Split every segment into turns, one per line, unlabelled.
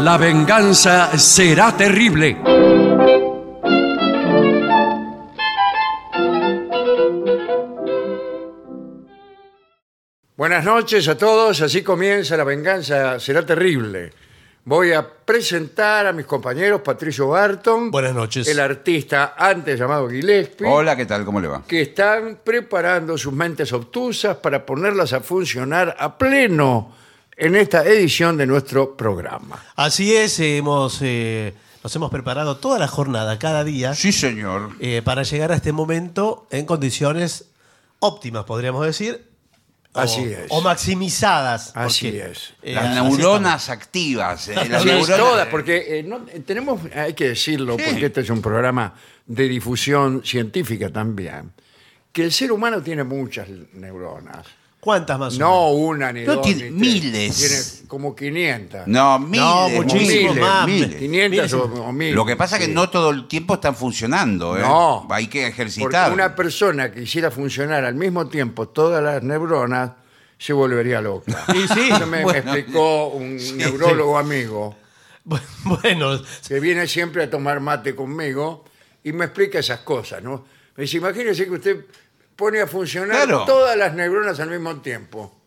La venganza será terrible.
Buenas noches a todos, así comienza La Venganza Será Terrible. Voy a presentar a mis compañeros Patricio Barton,
Buenas noches.
el artista antes llamado Gillespie,
Hola, ¿qué tal? ¿Cómo le va?
que están preparando sus mentes obtusas para ponerlas a funcionar a pleno en esta edición de nuestro programa.
Así es, eh, hemos, eh, nos hemos preparado toda la jornada, cada día,
Sí, señor.
eh, para llegar a este momento en condiciones óptimas, podríamos decir. o-
Así es.
O maximizadas. porque,
Así es.
eh,
Las
así
neuronas activas. eh, las
Sí,
neuronas-
todas, porque eh, no- eh, tenemos, hay que decirlo,
Sí.
porque este es un programa de difusión científica también, que el ser humano tiene muchas neuronas.
estamos. ¿Cuántas más? o
No una ni
No,
dos.
tiene
ni tres.
miles.
Tiene como 500.
No, miles.
No, muchísimo
miles,
más.
miles.
500 o, o mil.
Lo que pasa es que
Sí.
no todo el tiempo están funcionando. ¿eh?
No.
Hay que
Porque
ejercitar.
una persona que hiciera funcionar al mismo tiempo todas las neuronas se volvería loca.
Y sí,
Eso me, me
bueno.
explicó un neurólogo amigo
menos? Bueno,
que viene siempre a tomar mate conmigo y me explica esas cosas, ¿no? Me dice, imagínese que usted pone a funcionar
Claro.
todas las neuronas al mismo tiempo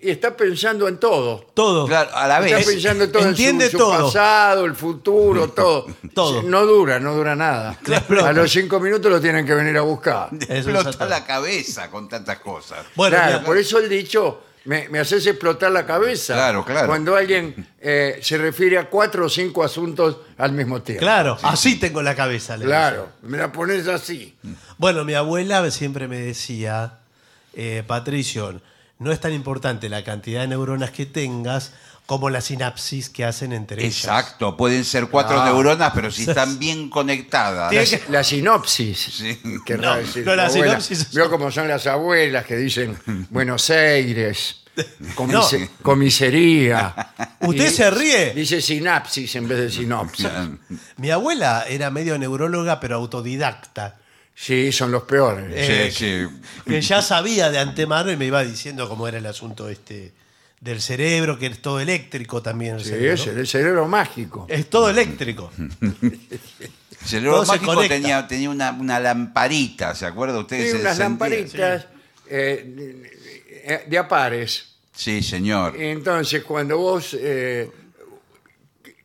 y está pensando en todo.
todo.
Claro, a la
Está
vez.
pensando todo
Entiende
en su- su,
todo.
pasado, el futuro, todo.
Todo.
No dura, no dura nada.
Claro.
A los cinco minutos lo tienen que venir a buscar.
Eso es
Explota
atroz.
la cabeza con tantas cosas.
Bueno,
Claro,
mira,
por eso el dicho, me, me haces explotar la cabeza.
Claro, claro.
Cuando alguien eh, se refiere a cuatro o cinco asuntos al mismo tiempo.
claro, así tengo la cabeza. le
Claro, me la pones así.
Bueno, mi abuela siempre me decía, eh, Patricio, no es tan importante la cantidad de neuronas que tengas como la sinapsis que hacen entre ellas.
Exacto. Pueden ser cuatro
Ah.
neuronas, pero si están bien conectadas.
Tiene
La, la sinopsis. querrá
No,
decir
no, la
tu abuela.
sinopsis es-
Veo como son las abuelas que dicen Buenos Aires, comise-
No.
comisaría.
Usted
Y
se ríe.
Dice sinapsis en vez de sinopsis.
Mi abuela era medio neuróloga, pero autodidacta.
Sí, son los peores.
Eh,
Sí,
Que ya sabía de antemano y me iba diciendo cómo era el asunto este del cerebro, que es todo eléctrico también. El
Sí,
cerebro.
es el cerebro mágico.
Es todo eléctrico.
El cerebro
Todo se
mágico
conecta.
tenía, tenía una, una lamparita, ¿se acuerda usted?
Tiene
Se
unas
encendía.
lamparitas eh, de- de a pares.
Sí, señor.
Entonces, cuando vos eh,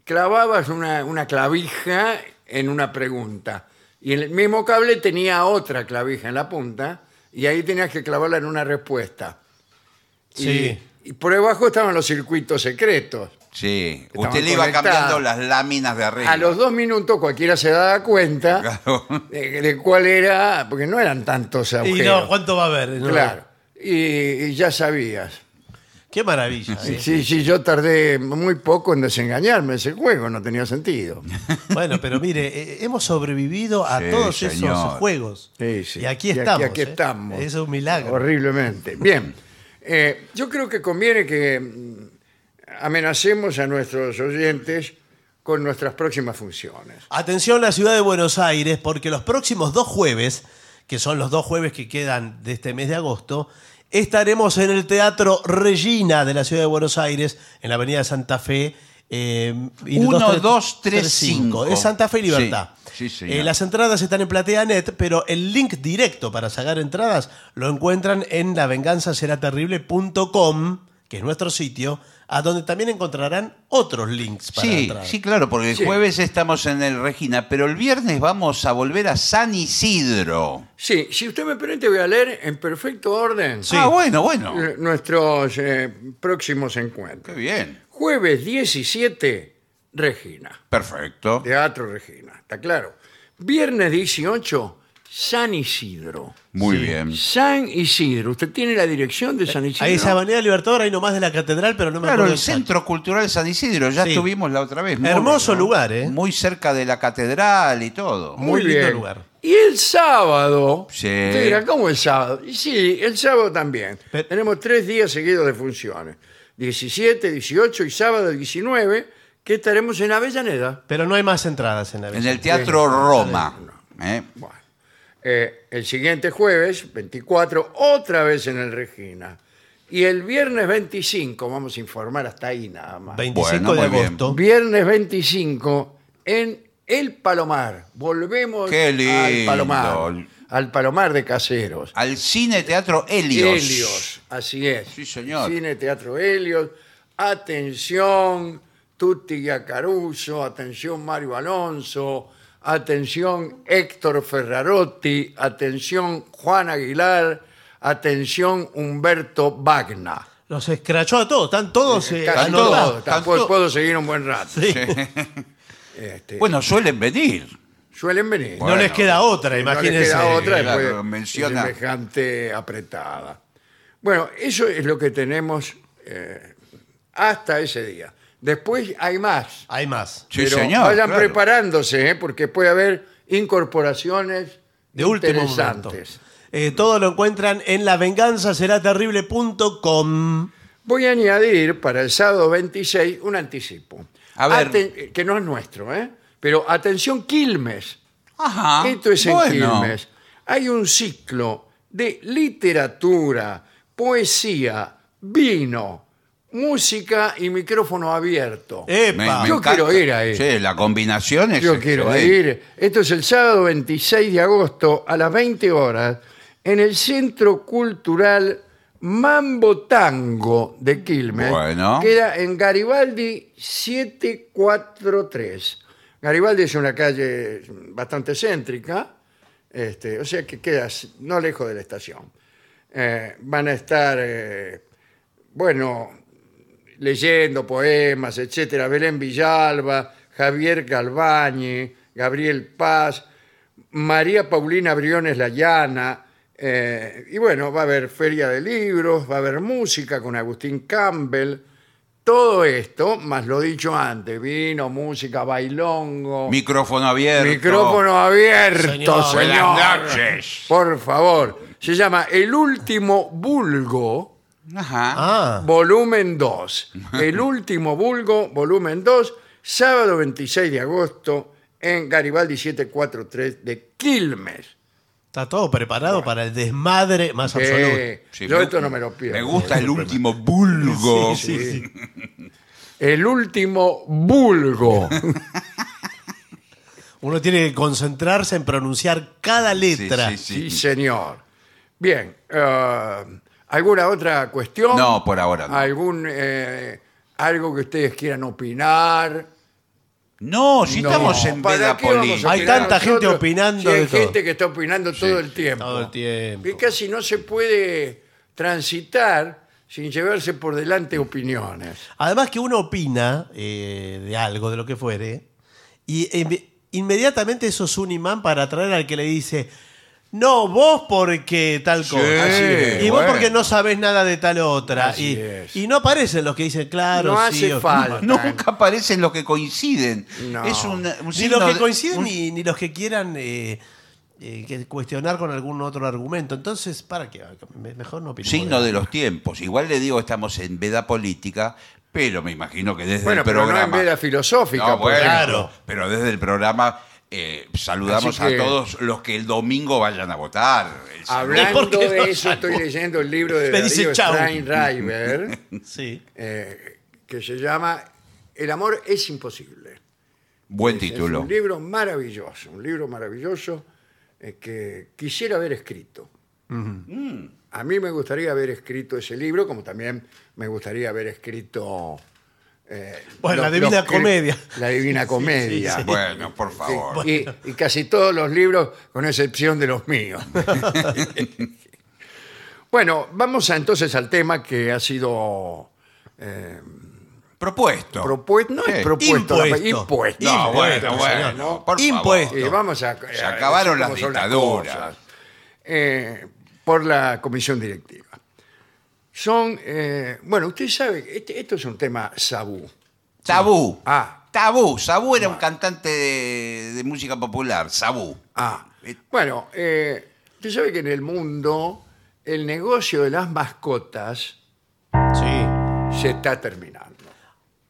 clavabas una, una clavija en una pregunta y el mismo cable tenía otra clavija en la punta y ahí tenías que clavarla en una respuesta. Y-
Sí.
Y, por debajo estaban los circuitos secretos.
Sí.
Estaban
usted le iba
conectadas.
cambiando las láminas de arriba.
A los dos minutos cualquiera se daba cuenta
Claro.
de, de cuál era, porque no eran tantos
Y
agujeros.
no, ¿cuánto va a haber? No.
claro. Y, y ya sabías.
Qué maravilla. ¿eh?
Sí, sí, yo tardé muy poco en desengañarme de ese juego, no tenía sentido.
Bueno, pero mire, eh, hemos sobrevivido a
Sí,
todos
señor.
esos juegos.
Sí, sí.
Y aquí estamos.
aquí
¿eh?
estamos.
Es un milagro.
Horriblemente. Bien. Eh, yo creo que conviene que mm, amenacemos a nuestros oyentes con nuestras próximas funciones.
Atención la ciudad de Buenos Aires, porque los próximos dos jueves, que son los dos jueves que quedan de este mes de agosto, estaremos en el Teatro Regina de la ciudad de Buenos Aires, en la Avenida Santa Fe. Eh, y
Uno,
dos, tres-
dos, tres,
tres, cinco.
cinco.
Es Santa Fe y Libertad.
Sí, sí, señor.
Eh, las entradas están en PlateaNet, pero el link directo para sacar entradas lo encuentran en lavenganzaseraterrible.com, que es nuestro sitio, a donde también encontrarán otros links para
Sí,
entrar.
sí, claro, porque el
Sí.
jueves estamos en el Regina, pero el viernes vamos a volver a San Isidro.
Sí, si usted me permite, voy a leer en perfecto orden
Sí.
Ah, bueno, bueno.
eh, nuestros eh, próximos encuentros.
Qué bien.
Jueves 17, Regina.
Perfecto.
Teatro Regina, está claro. Viernes 18, San Isidro.
Muy bien.
San Isidro. ¿Usted tiene la dirección de San Isidro?
Ahí esa Avenida Libertadora, ahí nomás de la catedral, pero no me
Claro,
acuerdo.
el
exacto.
Centro Cultural San Isidro, ya
Sí.
estuvimos la otra vez. Muy
Hermoso lugar, ¿eh?
Muy cerca de la catedral y todo.
Muy lindo lugar.
Y el sábado.
Sí.
Usted dirá, ¿cómo el sábado? Y sí, el sábado también.
Pero-
Tenemos tres días seguidos de funciones: 17, 18 y sábado 19, que estaremos en Avellaneda.
Pero no hay más entradas en la
En
avenida.
el Teatro Roma. ¿eh?
Bueno, eh, el siguiente jueves, 24, otra vez en el Regina. Y el viernes 25, vamos a informar hasta ahí nada más.
25
Bueno,
de
muy bien.
agosto.
Viernes 25 en El Palomar. Volvemos
Qué
al
lindo.
Palomar. Al Palomar de Caseros.
Al Cine Teatro Helios.
Helios, así es.
Sí, señor.
Cine, teatro Helios. Atención, Tutti Giacaruso. Atención, Mario Alonso. Atención, Héctor Ferrarotti. Atención, Juan Aguilar. Atención, Humberto Bagna.
Los escrachó a todos, están todos eh,
Casi
anotó,
anotados.
todo, tampoco
cantó.
puedo seguir un buen rato.
Sí.
Este,
Bueno, suelen venir.
suelen venir.
no
Bueno,
les queda otra,
No les
imagínense.
queda otra
claro,
después de
menciona.
semejante apretada. Bueno, eso es lo que tenemos eh, hasta ese día. Después hay más.
Hay más.
Sí,
pero
señor.
vayan
claro.
preparándose, eh, porque puede haber incorporaciones
De último momento.
interesantes.
Eh, todo lo encuentran en lavenganzaseraterrible.com.
Voy a añadir para el sábado 26 un anticipo.
A ver.
Aten- que no es nuestro, ¿eh? Pero atención, Quilmes.
Ajá.
Esto es en
bueno.
Quilmes. Hay un ciclo de literatura, poesía, vino, música y micrófono abierto.
Eh,
¡Epa!
me- Yo quiero ir ahí.
Sí, la combinación es.
Yo quiero
excelente.
ir. Esto es el sábado 26 de agosto a las 20 horas en el Centro Cultural Mambo Tango de Quilmes.
Bueno.
Queda en Garibaldi 743. Garibaldi es una calle bastante céntrica, este, o sea que quedas no lejos de la estación. Eh, van a estar, eh, bueno, leyendo poemas, etcétera, Belén Villalba, Javier Galbañe, Gabriel Paz, María Paulina Briones La Llana, eh, y bueno, va a haber feria de libros, va a haber música con Agustín Campbell, todo esto, más lo dicho antes, vino, música, bailongo,
Micrófono abierto.
micrófono abierto,
Señor.
señor.
Buenas noches.
Por favor, se llama El Último Vulgo.
Ajá.
Ah,
Volumen 2. El último vulgo, volumen 2, sábado 26 de agosto en Garibaldi 743 de Quilmes.
está todo preparado para el desmadre más absoluto.
Eh,
Sí,
yo
me-
esto no me lo pierdo.
Me gusta el último vulgo.
Sí. El último vulgo.
Uno tiene que concentrarse en pronunciar cada letra.
sí, sí.
Sí, señor. Bien. eh, ¿Alguna otra cuestión?
No, por ahora no.
¿Algún, eh, algo que ustedes quieran opinar?
No, si
No,
estamos en
¿para
veda
qué vamos a
política.
Hay
opinar
tanta gente
nosotros
opinando
si hay
de todo.
gente que está opinando todo el tiempo.
Todo el tiempo.
Y casi no se puede transitar sin llevarse por delante opiniones.
Además que uno opina eh, de algo, de lo que fuere, y inme- inmediatamente eso es un imán para atraer al que le dice, no, vos porque tal cosa.
Así es,
y vos
bueno.
porque no sabés nada de tal otra.
Así
Y,
es.
y no aparecen los que dicen, claro,
no
sí,
hace
o-
falta.
Nunca aparecen los que coinciden.
No.
Es un, un
Ni
signo
los que
de-
coinciden
un-
ni, ni los que quieran eh, eh, que cuestionar con algún otro argumento. Entonces, ¿para qué? Me- Mejor no opinar.
signo de los tiempos. Igual le digo, estamos en veda política, pero me imagino que desde
Bueno,
el
pero
programa.
no en veda filosófica.
No,
porque-
bueno,
claro.
Pero desde el programa eh, saludamos
Así que-
a todos los que el domingo vayan a votar.
¿Y
El saludo-
por
Hablando
qué
de
no
eso,
salgo?
estoy leyendo el libro de
Me dice
Darío
chau.
Steinreiber,
Sí.
eh, que se llama El amor es imposible.
Buen
Es
título.
un libro maravilloso, un libro maravilloso eh, que quisiera haber escrito. Mm. A mí me gustaría haber escrito ese libro, como también me gustaría haber escrito... eh,
Bueno, La
los-
Divina
los cri-
Comedia.
La Divina Comedia.
Bueno, por favor.
Y, y casi todos los libros, con excepción de los míos. bueno, vamos a, entonces al tema que ha sido
Propuesto.
propuesto. No es
Sí.
propuesto, la-
Eh, Impuesto.
impuesto.
no,
Impuesto,
bueno,
señor.
bueno. no, por favor.
Impuesto.
Eh, vamos a,
Se acabaron
a
las
decir cómo son
dictaduras.
cosas. Eh, por la comisión directiva. Son, eh, bueno, usted sabe, este- esto es un tema sabú.
Tabú.
Ah.
Tabú. Sabú era un cantante de, de música popular. Sabú.
Ah, bueno, eh, usted sabe que en el mundo el negocio de las mascotas
Sí.
se está terminando.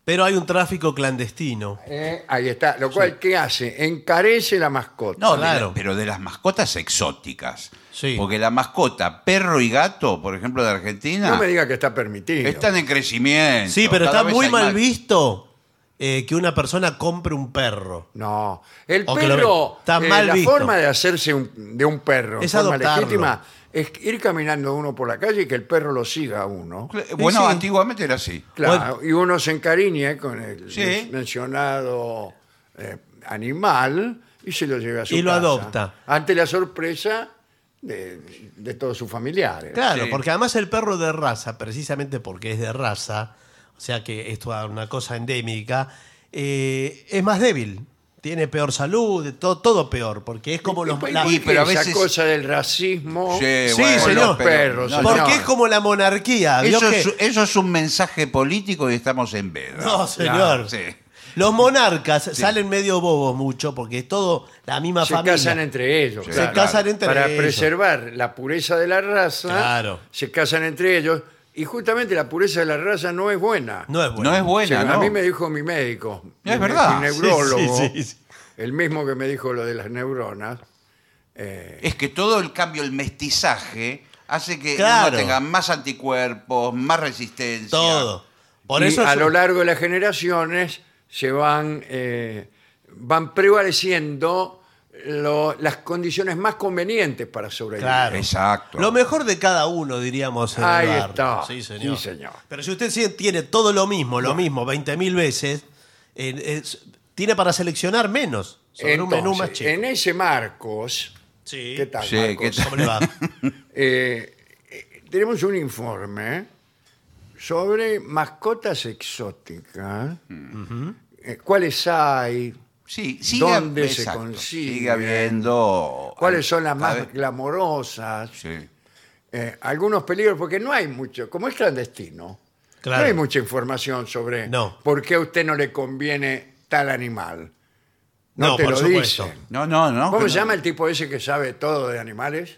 Pero hay un tráfico clandestino.
Eh, ahí está, lo cual, ¿qué hace? Encarece la mascota.
No, de la-
Claro.
pero de las mascotas exóticas.
Sí.
Porque la mascota, perro y gato, por ejemplo, de Argentina,
No me diga que está permitido.
están en crecimiento.
Sí, pero
Cada
está
vez
muy
hay
mal
más.
visto eh, que una persona compre un perro.
No. El
O que lo
perro,
ven. Está
eh,
mal
la
visto.
forma de hacerse un- de un perro,
Es
forma
adoptarlo.
legítima, es ir caminando uno por la calle y que el perro lo siga a uno.
Bueno,
Sí, sí.
antiguamente era así.
Claro, y uno se encariña con el
Sí.
men- mencionado eh, animal y se lo lleva a su
Y lo
casa.
adopta.
Ante la sorpresa de, de todos sus familiares.
Claro,
Sí.
porque además el perro de raza, precisamente porque es de raza, o sea que esto es una cosa endémica, eh, es más débil. Tiene peor salud, todo, todo peor, porque es como los...
Y- y-
la-
¿por
y-
qué
pero a
esa
veces-
cosa del racismo
Sí,
Sí,
bueno,
señor.
los perros.
no,
señor.
porque es como la monarquía. ¿vio
Eso
que-
es, eso es un mensaje político y estamos en veda.
No, señor.
Sí.
Los monarcas salen medio bobos mucho porque es todo la misma
se
familia.
casan entre ellos.
Se
claro.
casan entre
Para
ellos.
preservar la pureza de la raza,
Claro.
se casan entre ellos. Y justamente la pureza de la raza no es buena.
No es bueno.
No es buena,
O sea,
¿no?
A mí me dijo mi médico.
Es
mi-
verdad.
Mi neurólogo.
Sí, sí, sí.
El mismo que me dijo lo de las neuronas. eh,
Es que todo el cambio, el mestizaje, hace que
Claro.
uno tenga más anticuerpos, más resistencia.
Todo. Por
y
eso es
a
un-
lo largo de las generaciones se van, eh, van prevaleciendo lo- las condiciones más convenientes para sobrevivir.
Claro.
Exacto.
Lo mejor de cada uno, diríamos. en el
Ahí
barrio.
está.
Sí, señor.
Sí, señor.
Pero si usted sí tiene todo lo mismo, lo mismo, 20.000 veces, eh, es- tiene para seleccionar menos sobre un menú más
Entonces,
chico.
En ese Marcos,
Sí.
¿qué tal?
Sí,
Marcos?
¿qué tal?
¿Cómo le va?
Eh, eh, tenemos un informe sobre mascotas exóticas,
Mm.
eh, cuáles hay,
Sí, sigue,
¿Dónde se
exacto.
consigue?
Sigue habiendo.
cuáles son las
cada
más
vez-
glamorosas,
Sí.
eh, algunos peligros, porque no hay mucho, como es clandestino,
Claro.
no hay mucha información sobre
No.
por qué a usted no le conviene tal animal. No,
No,
te
por
lo
supuesto.
dicen.
No, no, no.
¿Cómo
que
se
no.
llama el tipo ese que sabe todo de animales?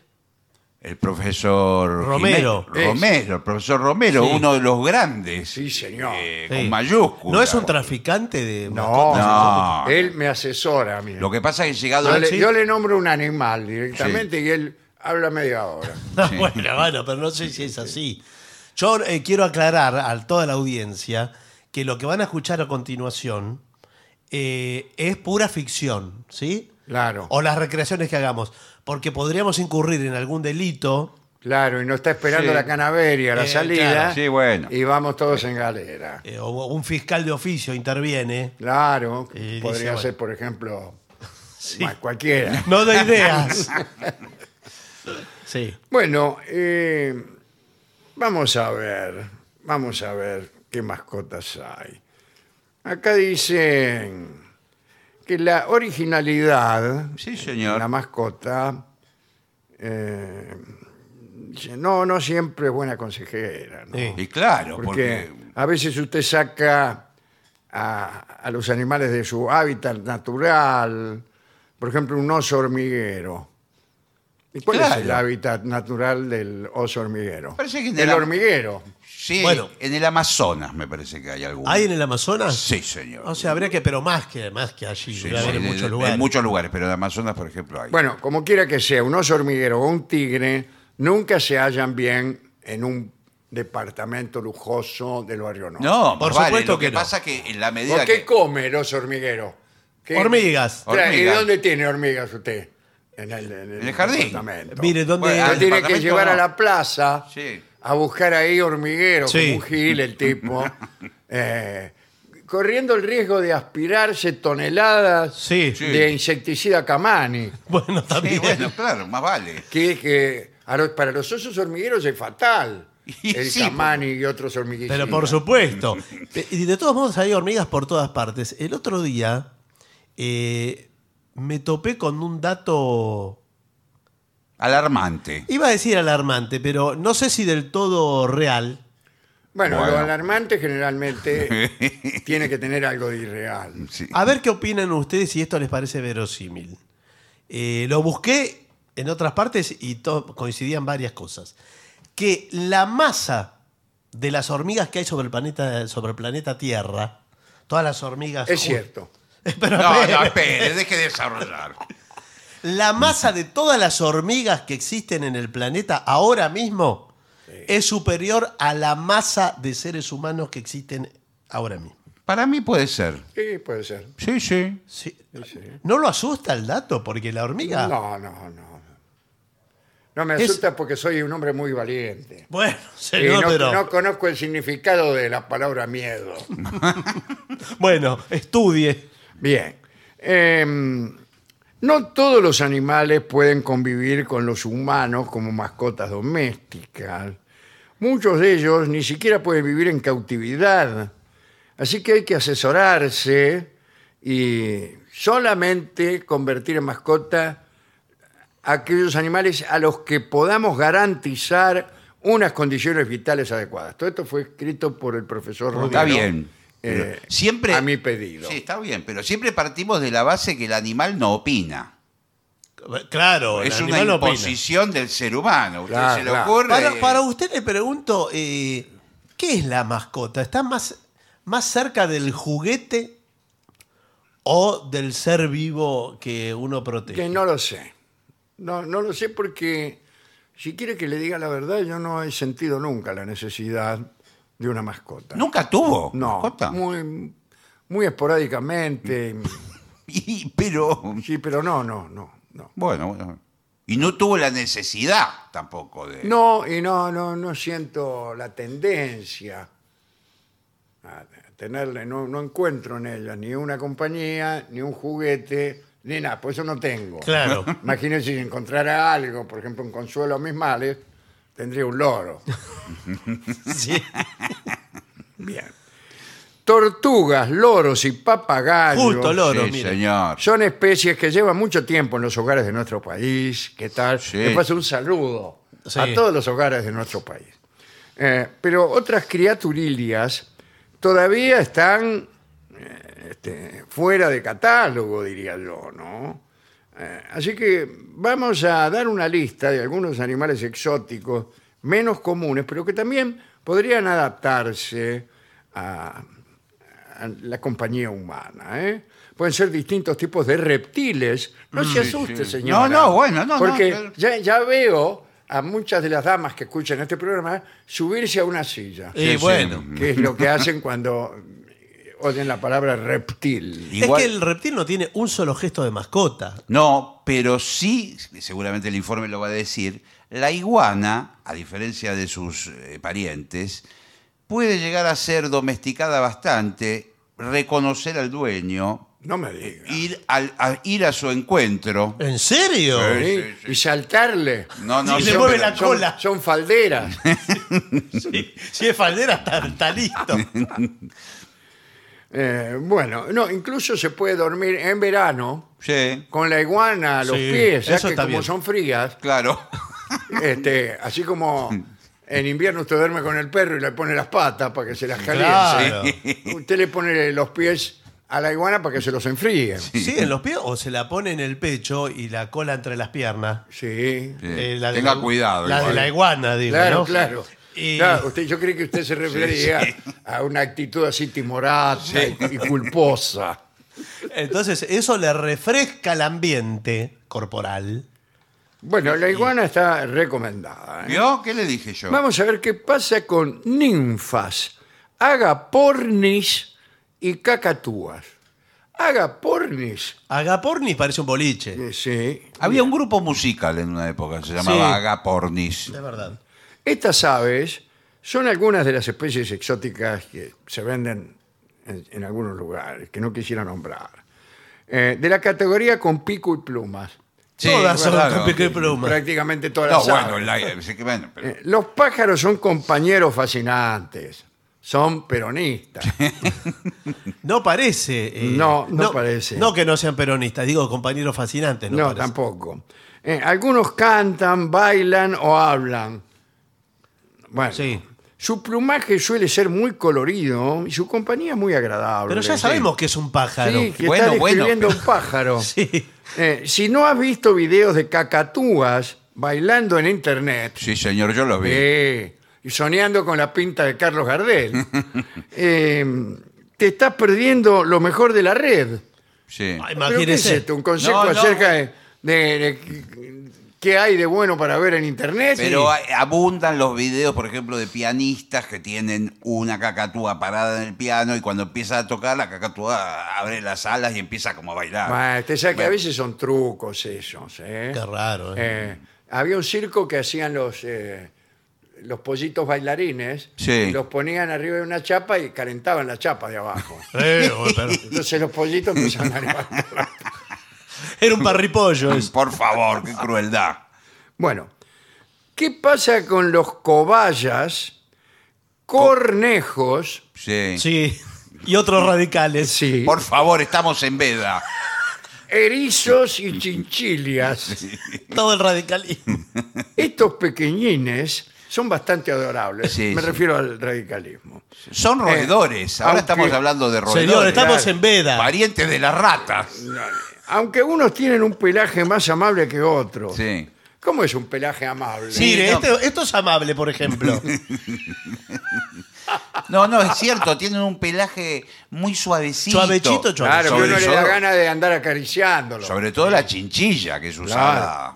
El profesor
Romero.
Jiménez- Romero, el profesor Romero,
Sí.
uno de los grandes.
Sí, señor.
eh,
Sí.
Con mayúsculas.
No es un traficante de.
No,
No.
él me asesora a mí.
Lo que pasa es que llegado
Yo,
al
Ah, le,
sí.
yo le nombro un animal directamente y él habla media hora.
Sí.
Ah, bueno, bueno, pero no sé si es así. Yo eh, quiero aclarar a toda la audiencia que lo que van a escuchar a continuación eh, es pura ficción, ¿sí?
Claro.
O las recreaciones que hagamos, porque podríamos incurrir en algún delito.
Claro, y nos está esperando
Sí.
la canaveria, la
Eh,
salida.
claro,
sí, bueno.
Y vamos todos en galera.
eh, o un fiscal de oficio interviene.
Claro,
Y
podría
dice,
ser, por ejemplo, ma- cualquiera.
No de ideas. sí.
Bueno, eh, vamos a ver, vamos a ver qué mascotas hay. Acá dicen que la originalidad
Sí, señor.
la mascota eh, dice, no, no siempre es buena consejera. ¿no?
Sí.
Y claro,
Porque,
porque
a veces usted saca a, a los animales de su hábitat natural, por ejemplo, un oso hormiguero. ¿Y cuál es
Claro.
el hábitat natural del oso hormiguero?
Parece que en
el
el-
hormiguero.
Sí,
Bueno.
en el Amazonas me parece que hay alguno.
¿Hay en el Amazonas?
Sí, señor.
O sea, habría que, pero más que, más que allí,
Sí,
debe haber
sí,
en muchos
en
lugares.
muchos lugares, pero en Amazonas, por ejemplo, hay.
Bueno, como quiera que sea, un oso hormiguero o un tigre nunca se hallan bien en un departamento lujoso del barrio norte.
no,
por
más vale,
supuesto
lo que,
que no.
pasa es que en la medida
¿Por qué
que
come el oso hormiguero? ¿Qué-
Hormigas.
Tra- ¿Y
Hormigas.
dónde tiene hormigas usted? En el,
En el jardín.
departamento.
Mire, ¿dónde-
Bueno,
al
lo tiene que
departamento
llevar
no.
a la plaza
Sí.
a buscar ahí hormiguero,
Sí.
como un gil el tipo, eh, corriendo el riesgo de aspirarse toneladas
Sí.
Sí.
de insecticida Camani,
Bueno,
Sí,
también.
bueno, claro, más vale.
que, que a los- para los osos hormigueros es fatal.
Y
El
sí,
Camani y otros hormiguitos.
Pero por supuesto. Eh, Y de todos modos hay hormigas por todas partes. El otro día eh, me topé con un dato,
Alarmante.
iba a decir alarmante, pero no sé si del todo real.
Bueno, lo
Bueno.
alarmante generalmente tiene que tener algo de irreal.
Sí.
A ver qué opinan ustedes si esto les parece verosímil. Eh, lo busqué en otras partes y to- coincidían varias cosas. Que la masa de las hormigas que hay sobre el planeta, sobre el planeta Tierra, todas las hormigas...
Es cierto.
Pero
No, no,
espere.
espere, deje de desarrollar.
La masa de todas las hormigas que existen en el planeta ahora mismo es superior a la masa de seres humanos que existen ahora mismo.
Para mí puede ser.
Sí, puede ser.
Sí, sí.
Sí. ¿No lo asusta el dato? Porque la hormiga...
No, no, no. No me
Es-
asusta porque soy un hombre muy valiente.
Bueno,
Y
señor,
no,
pero...
no conozco el significado de la palabra miedo.
Bueno, estudie.
Bien. Em, no todos los animales pueden convivir con los humanos como mascotas domésticas. Muchos de ellos ni siquiera pueden vivir en cautividad. Así que hay que asesorarse y solamente convertir en mascota aquellos animales a los que podamos garantizar unas condiciones vitales adecuadas. Todo esto fue escrito por el profesor Rodríguez.
Está bien.
eh,
Pero siempre,
a mi pedido.
Sí, está bien, pero siempre partimos de la base que el animal no opina.
Claro, el
es una
animal no opina.
imposición del ser humano. Usted
Claro,
se le
claro.
ocurre.
Para, para usted le pregunto, eh, ¿qué es la mascota? ¿Está más, más cerca del juguete o del ser vivo que uno protege?
Que no lo sé. No, no lo sé porque, si quiere que le diga la verdad, yo no he sentido nunca la necesidad de una mascota.
Nunca tuvo
No,
mascota.
Muy, muy esporádicamente.
Y- pero
sí, pero no, no, no, no.
bueno, bueno. Y no tuvo la necesidad tampoco de.
No, y no, no, no siento la tendencia a tenerle, no, no encuentro en ella ni una compañía, ni un juguete, ni nada, por eso no tengo.
Claro.
Imagínense si encontrara algo, por ejemplo, un consuelo a mis males, tendría un loro.
sí.
Bien. Tortugas, loros y papagayos
Justo, loro.
sí,
mire.
señor.
son especies que llevan mucho tiempo en los hogares de nuestro país. ¿Qué tal?
Sí.
Le paso un saludo
Sí.
a todos los hogares de nuestro país. Eh, pero otras criaturilias todavía están eh, este, fuera de catálogo, diría yo, ¿no? Eh, así que vamos a dar una lista de algunos animales exóticos menos comunes, pero que también podrían adaptarse a, a la compañía humana. ¿eh? Pueden ser distintos tipos de reptiles. No se asuste,
Mm, sí.
señora.
No, no, bueno, no, no,
Porque
claro.
ya, ya veo a muchas de las damas que escuchan este programa subirse a una silla,
Y
sí.
bueno,
que es lo que hacen cuando oyen la palabra reptil.
Igual-
es que el reptil no tiene un solo gesto de mascota.
No, pero sí, seguramente el informe lo va a decir, la iguana, a diferencia de sus eh, parientes, puede llegar a ser domesticada bastante, reconocer al dueño,
No me digas.
ir, al- a, ir a su encuentro.
¿En serio?
Sí.
¿Eh? Y saltarle.
No, no,
Y
sí,
se mueve
pero-
la cola.
Son, son falderas.
Sí. Si es faldera, está, está listo.
Eh, bueno, no, incluso se puede dormir en verano
Sí,
con la iguana a los
Sí,
pies, ya
eso
que
está
como
bien.
son frías,
claro.
este, así como en invierno usted duerme con el perro y le pone las patas para que se las caliente.
Claro.
Usted le pone los pies a la iguana para que se los enfríe. Sí.
¿Sí, en los pies o se la pone en el pecho y la cola entre las piernas?
Sí.
Eh, la de
Tenga
la-
cuidado.
La de
igual. eh.
la iguana, digo.
Claro,
¿no?
claro.
Y-
Claro, usted, yo creí que usted se refería a una actitud así timorata y, y culposa.
Entonces, eso le refresca el ambiente corporal.
Bueno, la iguana está recomendada. ¿eh?
¿Vio? ¿Qué le dije yo?
Vamos a ver qué pasa con ninfas, agapornis y cacatúas. Agapornis,
Agapornis parece un boliche.
eh, sí.
Había un grupo musical en una época, se llamaba
Sí.
Agapornis.
Es verdad.
Estas aves son algunas de las especies exóticas que se venden en, en algunos lugares, que no quisiera nombrar. Eh, de la categoría con pico y plumas.
Sí,
Todas son
claro.
con pico y pluma.
Prácticamente todas
No,
las aves.
bueno, la- sí que bueno, pero-
Eh, Los pájaros son compañeros fascinantes. Son peronistas.
No parece. eh,
No, no parece.
No que no sean peronistas, digo compañeros fascinantes. No,
No,
parece.
tampoco. Eh, algunos cantan, bailan o hablan. Bueno,
Sí.
su plumaje suele ser muy colorido y su compañía muy agradable.
Pero ya sabemos que es un pájaro.
Sí, que
Bueno,
está
bueno,
describiendo
pero-
un pájaro.
Sí.
Eh, si no has visto videos de cacatúas bailando en internet
Sí, señor, yo lo vi.
eh, y soñando con la pinta de Carlos Gardel, eh, te estás perdiendo lo mejor de la red.
Sí.
Ay,
¿Pero qué es
Imagínese.
esto? Un consejo
No, eh. no,
acerca de de, de- qué hay de bueno para ver en internet.
Pero a- abundan los videos, por ejemplo, de pianistas que tienen una cacatúa parada en el piano y cuando empieza a tocar, la cacatúa abre las alas y empieza como a bailar.
Ma, Ah, usted sabe que a
Bueno.
veces son trucos esos. ¿eh?
Qué raro. ¿eh?
Eh, había un circo que hacían los eh, los pollitos bailarines,
Sí.
los ponían arriba de una chapa y calentaban la chapa de abajo.
Eh, bueno, pero-
Entonces los pollitos empezaban a levantar.
Era un parripollo eso.
Por favor, qué crueldad.
Bueno, ¿qué pasa con los cobayas, cornejos?
Sí.
Sí. Y otros radicales.
Sí.
Por favor, estamos en veda.
erizos y chinchilias.
Todo el radicalismo.
Estos pequeñines son bastante adorables.
Sí,
Me
sí.
refiero al radicalismo.
Son roedores.
Eh,
Ahora
aunque-
estamos hablando de roedores.
Señor, estamos en veda.
Parientes de las ratas.
Aunque unos tienen un pelaje más amable que otros.
Sí.
¿Cómo es un pelaje amable?
Sí.
Mire,
no.
este- esto es amable, por ejemplo.
No, no, es cierto. Tienen un pelaje muy suavecito.
Suavechito, suave.
Claro, que
Sobre
uno le da
todo-
ganas de andar acariciándolo.
Sobre todo la chinchilla que es usada.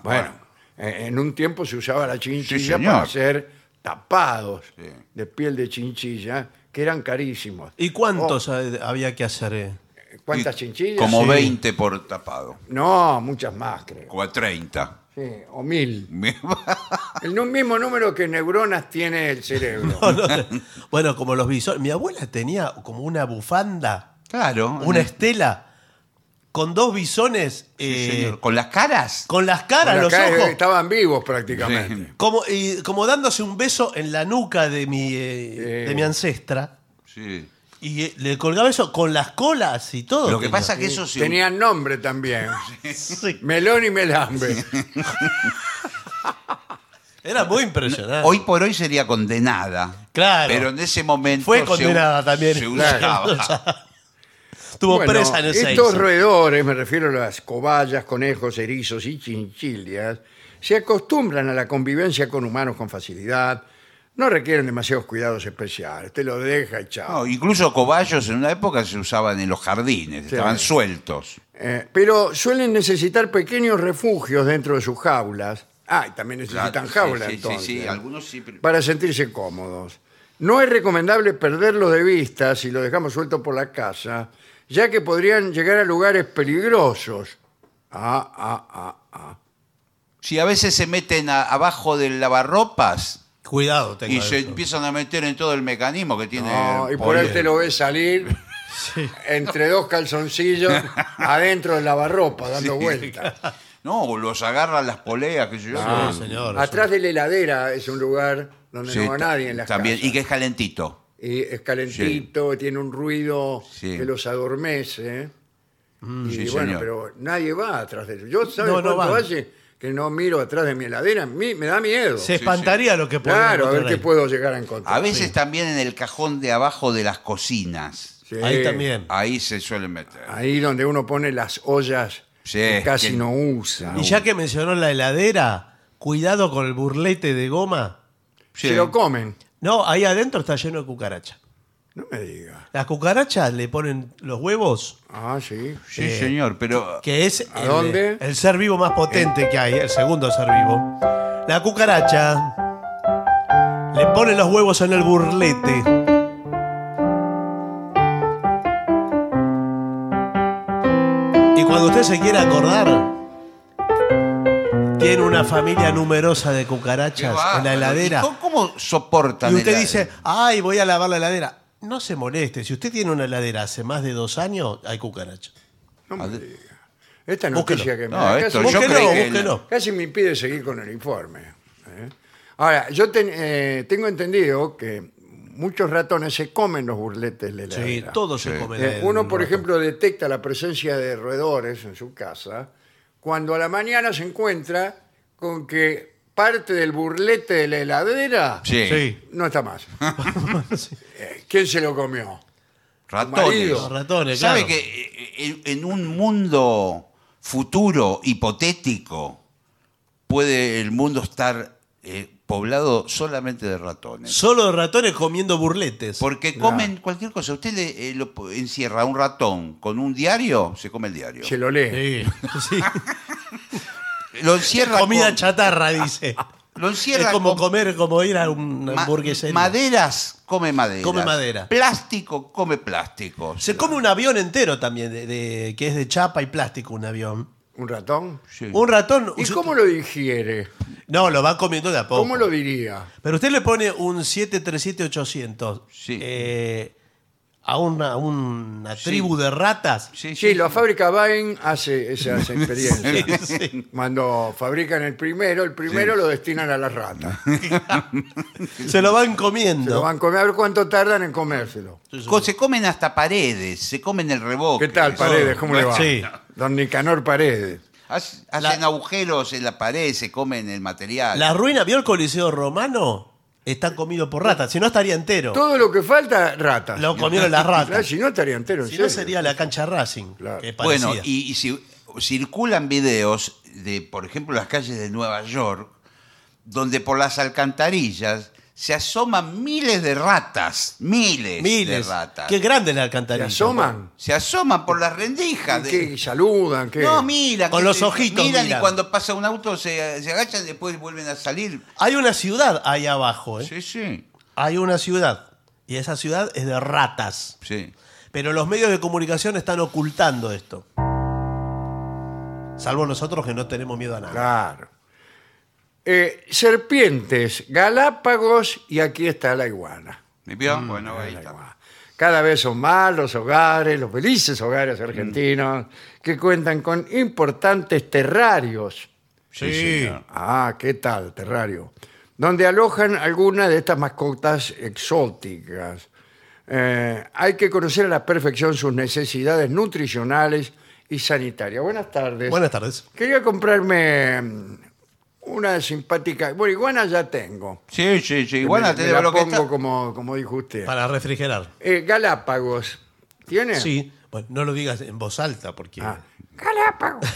Claro, Bueno, eh, en un tiempo se usaba la chinchilla
señor.
para hacer tapados
Sí.
de piel de chinchilla que eran carísimos. Oh,
¿Y cuántos eh, había que hacer? eh?
¿Cuántas
Y
chinchillas?
Como
Sí.
20 por tapado.
No, muchas más, creo.
O a 30.
Sí, o mil. El nu- mismo número que neuronas tiene el cerebro.
No, no sé. Bueno, como los visores. Mi abuela tenía como una bufanda,
claro. eh,
una estela, con dos bisones
Sí,
eh,
señor. Con las caras.
con las caras,
Bueno,
los
acá
ojos,
Estaban vivos prácticamente.
como, y como dándose un beso en la nuca de mi, eh,
Sí.
de mi ancestra.
Sí.
Y eh, le colgaba eso con las colas y todo.
Lo que
tenía.
pasa que eso sí.
Tenían nombre también.
Sí.
Melón y Melambe.
Era muy impresionante.
Hoy por hoy sería condenada.
Claro.
Pero en ese momento.
Fue
se-
condenada también.
Se usaba.
Estuvo
Bueno,
presa en ese
Estos roedores, me refiero a las cobayas, conejos, erizos y chinchillas, se acostumbran a la convivencia con humanos con facilidad. No requieren demasiados cuidados especiales. Te lo deja y chao.
No, incluso cobayos en una época se usaban en los jardines,
Sí.
estaban sueltos.
Eh, pero suelen necesitar pequeños refugios dentro de sus jaulas. Ah, y también necesitan
Claro, sí,
jaulas
sí, sí,
entonces.
sí, algunos sí, pero-
Para sentirse cómodos. No es recomendable perderlos de vista si lo dejamos suelto por la casa, ya que podrían llegar a lugares peligrosos. Ah, ah, ah, ah.
Si a veces se meten a- abajo del lavarropas
Cuidado, tengo
y se
eso.
empiezan a meter en todo el mecanismo que tiene.
No, y por
Paul.
ahí te lo ves salir entre dos calzoncillos adentro del lavarropa, dando vueltas.
No, o los agarran las poleas, qué sé yo.
Ah, señor.
Atrás de la heladera es un lugar donde
Sí,
no va nadie en las
también,
casas.
Y que es calentito.
y es calentito, tiene un ruido
Sí.
que los adormece. y
sí,
bueno,
señor.
pero nadie va atrás de eso. Yo, ¿sabes
Mm, No, no
cuánto
van.
hace que no miro atrás de mi heladera? Mi- me da miedo.
Se espantaría lo que podía
claro, a ver
encontrar
qué
ahí.
puedo llegar a
A
encontrar.
veces también en el cajón de abajo de las cocinas.
Sí.
Ahí también.
Ahí se suelen meter.
Ahí donde uno pone las ollas
Sí,
que casi
que-
no usa.
Y ya que mencionó la heladera, cuidado con el burlete de goma.
Sí.
Se lo comen.
No, ahí adentro está lleno de cucarachas.
No me diga.
Las cucarachas le ponen los huevos,
Ah, sí.
Sí, señor, pero.
que es
¿A
el,
dónde?
el ser vivo más potente que hay, el segundo ser vivo. La cucaracha le pone los huevos en el burlete. Y cuando usted se quiere acordar, tiene una familia numerosa de
Qué
cucarachas en
bárbaro.
la heladera.
¿Y cómo- ¿Cómo soportan?
Y usted
el-
dice, ay, voy a lavar la heladera. No se moleste, si usted tiene una heladera hace más de dos años, hay cucarachas.
No me
Ad-
diga. Esta
Búsquelo.
noticia que me
No,
da
esto
casi-
yo
Búsquelo,
creí que-
búsquelo.
Casi me impide seguir con el informe. ¿eh? Ahora, yo ten- eh, tengo entendido que muchos ratones se comen los burletes de la
Sí,
heladera.
todo se
Sí.
come.
Eh,
el
uno, por
ratón.
ejemplo, detecta la presencia de roedores en su casa cuando a la mañana se encuentra con que parte del burlete de la heladera
Sí.
Sí.
no está más.
Sí.
Eh, ¿Quién se lo comió?
Ratones.
Marido.
Los ratones,
¿Sabe
claro.
que eh, en, en un mundo futuro, hipotético, puede el mundo estar eh, poblado solamente de ratones?
Solo ratones comiendo burletes.
Porque comen cualquier cosa. Usted le, eh, lo po- encierra a un ratón con un diario, se come el diario.
Se lo lee.
Sí, sí.
lo encierra
Comida
con-
chatarra, dice.
Lo encierra
Es como
con-
comer, como ir a una
Ma-
hamburguesería.
Maderas come madera.
Come madera.
Plástico come plástico.
Se come un avión entero también, de, de- que es de chapa y plástico un avión.
¿Un ratón?
Sí.
Un ratón.
¿Y
usted-
cómo lo digiere?
No, lo va comiendo de a poco.
¿Cómo lo diría?
Pero usted le pone un 737-800
Sí.
eh, a una, a una
Sí.
tribu de ratas.
Sí,
Sí,
sí.
la fábrica Bain hace esa, esa experiencia.
Sí.
Cuando fabrican el primero, el primero lo destinan a las ratas.
Se lo van
Se
comiendo.
lo van a comer, a ver cuánto tardan en comérselo.
Co- Se comen hasta paredes, se comen el reboque.
¿Qué tal, Paredes? ¿Cómo le va?
Sí.
Don Nicanor Paredes.
Hac- Hacen
La-
agujeros en la pared, se comen el material.
La ruina, ¿vio el Coliseo Romano? Está comido por ratas, si no estaría entero.
Todo lo que falta, ratas.
Lo comieron las
Claro,
ratas.
si no estaría entero, en
Si no
serio.
sería la cancha Racing,
Claro.
que parecía.
bueno, y, y si- circulan videos de, por ejemplo, las calles de Nueva York, donde por las alcantarillas se asoman miles de ratas. Miles,
Miles.
de ratas.
Qué grande la
¿Se
alcantarilla.
asoman?
Se asoman por las rendijas. de-
¿Qué? ¿Saludan? ¿Qué?
No, mira.
Con
que
los
se-
ojitos
Miran,
miran.
y cuando pasa un auto se, se agachan y después vuelven a salir.
Hay una ciudad ahí abajo, ¿eh?
Sí, sí.
Hay una ciudad. Y esa ciudad es de ratas.
sí.
Pero los medios de comunicación están ocultando esto. Salvo nosotros que no tenemos miedo a nada.
Claro. Eh, serpientes, Galápagos y aquí está la iguana.
¿Me vio?
Mm,
bueno, ahí
La
está.
iguana. Cada vez son más los hogares, los felices hogares argentinos,
Mm.
que cuentan con importantes terrarios.
Sí, señor.
Ah, ¿qué tal, terrario? Donde alojan algunas de estas mascotas exóticas. Eh, hay que conocer a la perfección sus necesidades nutricionales y sanitarias. Buenas tardes.
Buenas tardes.
Quería comprarme mm, una simpática. Bueno, iguana ya tengo.
Sí, sí, sí. Igual
me,
te
me la
lo que
pongo
está.
como, como dijo usted.
Para refrigerar.
Eh, Galápagos. ¿Tiene?
Sí. Bueno, no lo digas en voz alta porque...
Ah, Galápagos.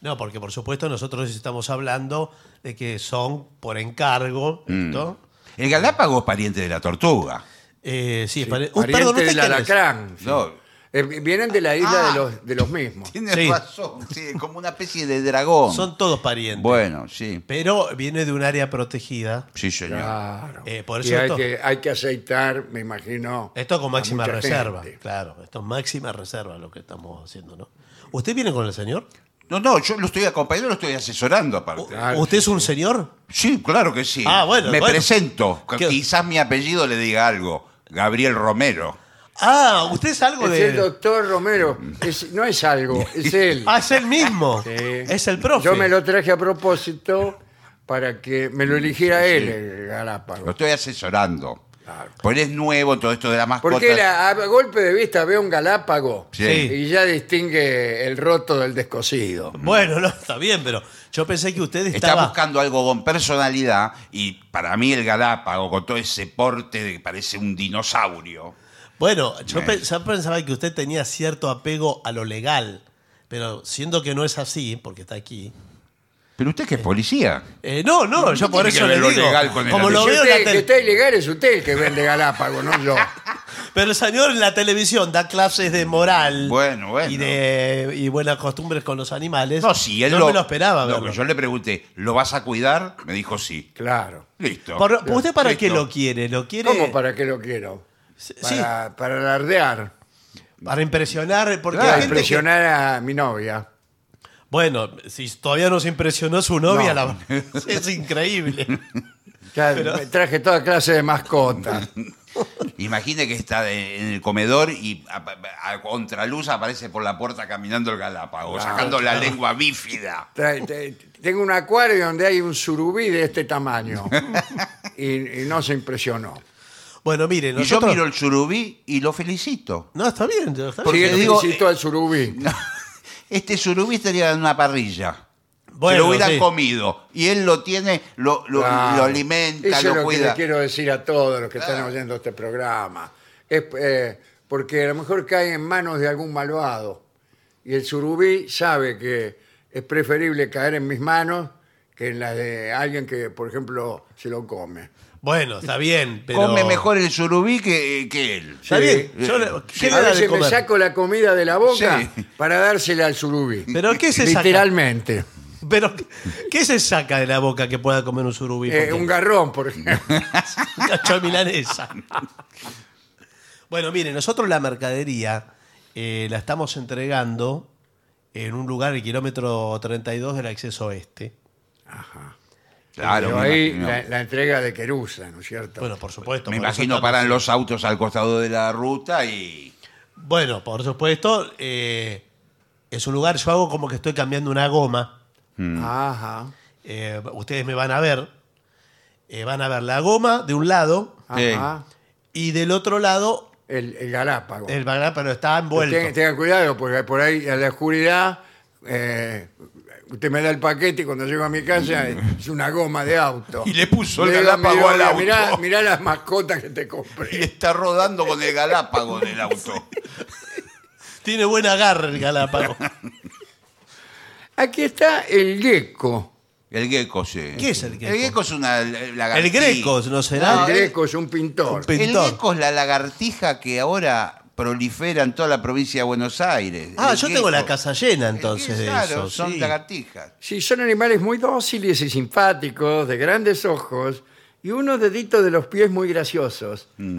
No, porque por supuesto nosotros estamos hablando de que son por encargo,
Mm.
¿no?
El Galápago es pariente de la tortuga.
Eh, sí, es pare- Uy,
Pariente
perdón, ¿usted
del
quién es?
alacrán.
No.
Eh, vienen de la isla
Ah.
de, los, de los mismos.
Tiene
Sí.
razón. Sí, es como una especie de dragón.
Son todos parientes.
Bueno, sí.
Pero viene de un área protegida.
Sí, señor.
Claro.
Eh, por
Y
eso
hay
esto-
que, hay que aceitar, me imagino.
Esto con
a
máxima
mucha
reserva.
gente.
Claro, esto es máxima reserva lo que estamos haciendo, ¿no? ¿Usted viene con el señor?
No, no, yo lo estoy acompañando, lo estoy asesorando aparte.
Claro,
¿Usted es un señor?
Sí, claro que sí.
Uh. Ah, bueno,
Me
bueno.
presento.
¿Qué-
Quizás mi apellido le diga algo. Gabriel Romero.
Ah, usted es algo
Es el
de.
doctor Romero. Es- no es algo, es él.
Ah, es el mismo.
Sí.
Es el profe.
Yo me lo traje a propósito para que me lo eligiera él, el
Lo
Galápagos.
estoy asesorando. Porque es nuevo todo esto de las mascotas.
Porque él a, a golpe de vista ve un Galápago
Sí.
y ya distingue el roto del descosido.
Bueno, no, está bien, pero yo pensé que usted
Está
estaba.
buscando algo con personalidad y para mí el Galápago, con todo ese porte de que parece un dinosaurio.
Bueno, yo
Eh.
pe- yo pensaba que usted tenía cierto apego a lo legal, pero siendo que no es así, porque está aquí.
Pero usted que es policía.
Eh, no, no, yo
tiene
por
que
eso
ver
le
lo
digo.
legal con el
como lo
Si
apellido.
veo en
usted,
la
que
tele-
está ilegal es usted el que vende Galápagos, no yo.
Pero el señor en la televisión da clases de moral
Bueno, bueno.
y de y buenas costumbres con los animales.
No, sí, él
no
lo,
me lo esperaba.
No,
verlo.
pero yo le pregunté, ¿lo vas a cuidar? Me dijo sí.
Claro.
Listo.
Por- ¿Usted para qué
Listo.
lo quiere? ¿Lo quiere
¿Cómo para qué lo quiero?
Sí.
Para, para alardear,
para impresionar? Porque
para
hay gente que-
impresionar a mi novia.
bueno, si todavía nos impresionó su novia,
No.
la- es increíble.
Ya
Pero-
me traje toda clase de mascotas.
Imagine que está de- en el comedor y a, a contraluz aparece por la puerta caminando el Galápago, sacando la lengua bífida.
Trae- te- Tengo un acuario donde hay un surubí de este tamaño. Y, y no se impresionó.
Bueno, mire,
Y yo
nosotros...
miro el surubí y lo felicito.
No, está bien. está
Porque
Porque
bien.
digo,
felicito al
eh,
surubí.
Este surubí estaría en una parrilla.
Bueno,
se lo hubieran
sí.
comido. Y él lo tiene, lo, lo-
Claro.
lo alimenta,
Eso es
lo
lo que
cuida.
le quiero decir a todos los que están
Claro.
oyendo este programa. Es, eh, porque a lo mejor cae en manos de algún malvado. Y el surubí sabe que es preferible caer en mis manos que en las de alguien que, por ejemplo, se lo come.
Bueno, está bien, pero...
Come mejor el surubí que, que él.
Está
Sí.
bien. Yo le- ¿qué le
a
da de
veces me
comer?
saco la comida de la boca
Sí.
para dársela al surubí.
¿Pero qué se saca?
Literalmente.
Pero, ¿qué se saca de la boca que pueda comer un surubí?
Eh,
Porque-
un garrón, por ejemplo.
Cacho de milanesa. Bueno, mire, nosotros la mercadería eh, la estamos entregando en un lugar, el kilómetro 32 del acceso oeste.
Claro,
Pero
me
ahí
imagino.
la, la entrega de Querusa, ¿no es cierto?
Bueno, por supuesto.
Me
por eso
imagino
estamos-
paran los autos al costado de la ruta y.
Bueno, por supuesto, eh, es un lugar, yo hago como que estoy cambiando una goma.
Mm.
Ajá.
Eh, ustedes me van a ver. Eh, van a ver la goma de un lado
Ajá.
y del otro lado
El, el galápago.
el bagná, pero está envuelto.
Ten- tengan cuidado, porque por ahí a la oscuridad eh, usted me da el paquete y cuando llego a mi casa es una goma de auto.
Y le puso el
Le digo a mi
galápago al
novia,
auto.
Mirá, mirá las mascotas que te compré.
está rodando con el galápago del auto.
Tiene buen agarre el galápago.
Aquí está el gecko.
El gecko, sí.
¿Qué es el gecko?
El gecko es una eh, lagartija.
El greco, ¿no
Ah,
será?
¿eh?
el gecko es un pintor.
Un pe-
El
Pintor.
gecko es la lagartija que ahora prolifera en toda la provincia de Buenos Aires.
Ah,
El
yo tengo la
gecko.
casa llena
El
entonces
gecko,
de
claro,
eso.
son
sí.
lagartijas.
Sí, son animales muy dóciles y simpáticos, de grandes ojos y unos deditos de los pies muy graciosos.
Mm.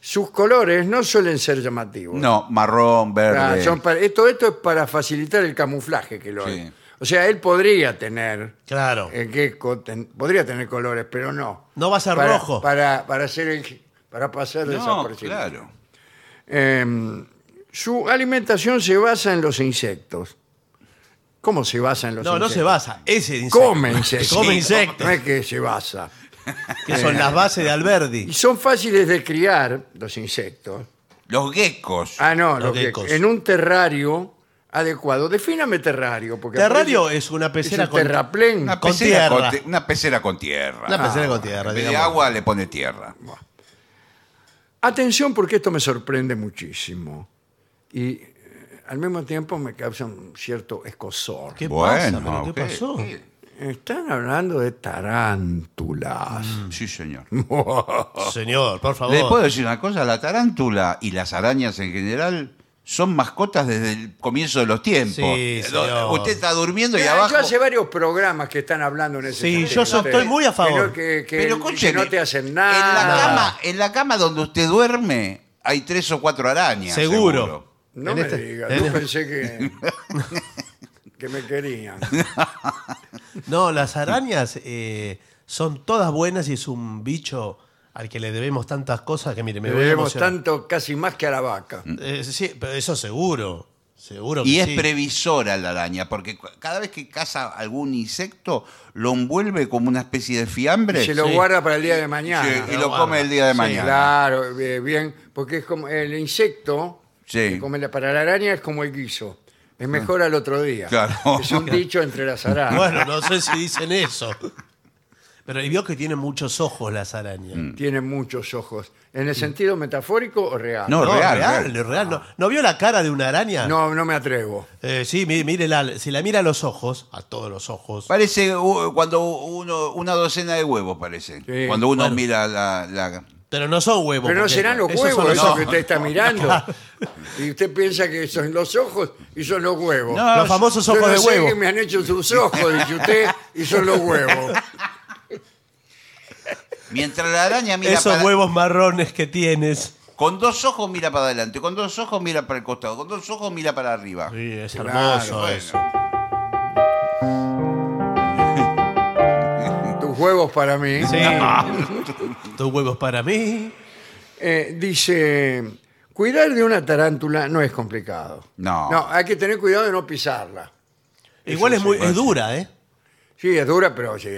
Sus colores no suelen ser llamativos.
No, marrón,
Ah,
verde.
son para- esto, esto es para facilitar el camuflaje que lo
Sí.
es. O sea, él podría tener,
Claro.
el gecko ten- podría tener colores, pero no.
No va a ser
para,
rojo.
Para, para, ser el- para pasar
No,
desapercibido.
claro.
Eh, su alimentación se basa en los insectos. ¿Cómo se basa en los
No, no
insectos?
se basa. Ese insecto.
Come insectos.
Come
Sí,
insectos.
No es que se basa.
Que son las bases de
Y
Alberdi.
son fáciles de criar, los insectos.
Los geckos.
Ah, no,
Los
los que-
geckos.
en un terrario adecuado. Defíname terrario. Porque
Terrario
aparece-
es una
es
pecera
un
con.
terraplén. Ah,
una,
con
pecera
tierra.
con te- una pecera con tierra.
Una pecera con
En
tierra,
vez de
digamos. Mm.
agua le pone tierra.
Atención porque esto me sorprende muchísimo. Y eh, al mismo tiempo me causa un cierto escosor.
¿Qué
bueno,
pasa? ¿Pero ¿Qué
ok.
pasó?
Están hablando de tarántulas.
Mm.
Sí, señor.
Señor, por favor.
Oh. ¿Le puedo decir una cosa? La tarántula y las arañas en general son mascotas desde el comienzo de los tiempos.
Sí, señor.
Usted está durmiendo y
Ya,
abajo...
Yo hace varios programas que están hablando en ese
Sí,
sentido.
yo so- estoy muy a favor.
Que, que- que-
Pero
que
escúcheme,
no te hacen
En
nada.
la, cama, en la cama donde usted duerme hay tres o cuatro arañas.
Seguro.
No
En
me
este-
digas,
en
yo
este-
pensé que, que me querían.
No, las arañas eh, son todas buenas y es un bicho al que le debemos tantas cosas que, mire, me
Me
voy a
vemos
emocionar.
tanto casi más que a la vaca.
Eh, sí, pero eso seguro. Seguro que
Y es
sí.
previsora la araña, porque cu- cada vez que caza algún insecto, lo envuelve como una especie de fiambre
Se lo
sí,
guarda para el día de mañana.
sí, y
lo
lo
guarda.
come el día de
Sí,
mañana.
Claro, eh, bien, porque es como el insecto,
Sí.
que come la- para la araña es como el guiso, es mejor al otro día.
Claro.
Es un dicho entre las arañas.
Bueno, no sé si dicen eso. Pero y vio que tienen muchos ojos las arañas.
Tiene muchos ojos. ¿En el sentido metafórico o real?
No,
No,
real,
real,
real.
lo real. No, ¿No vio la cara de una araña?
No, no me atrevo.
Eh, sí, mi- mírela. Si la mira a los ojos, a todos los ojos.
Parece uh, cuando uno, una docena de huevos, parece.
Sí.
Cuando uno
Bueno.
mira la... la-
Pero no son huevos.
Pero no
porque
serán los
esos
huevos
son los
eso
ojos.
que usted está mirando. Y usted piensa que son los ojos y son los huevos.
No,
Los famosos
Yo
ojos
no
de
sé
huevo.
qué me han hecho sus ojos, dice usted, y son los huevos.
Mientras la araña mira
Esos
para-
huevos marrones que tienes.
Con dos ojos mira para adelante, con dos ojos mira para el costado, con dos ojos mira para arriba.
Sí, es
Claro,
hermoso
bueno.
eso.
Tus huevos para mí.
Sí. Dos huevos para mí.
Eh, dice, cuidar de una tarántula no es complicado.
No.
No, hay que tener cuidado de no pisarla.
Igual es muy es dura, ¿eh?
Sí, es dura, pero si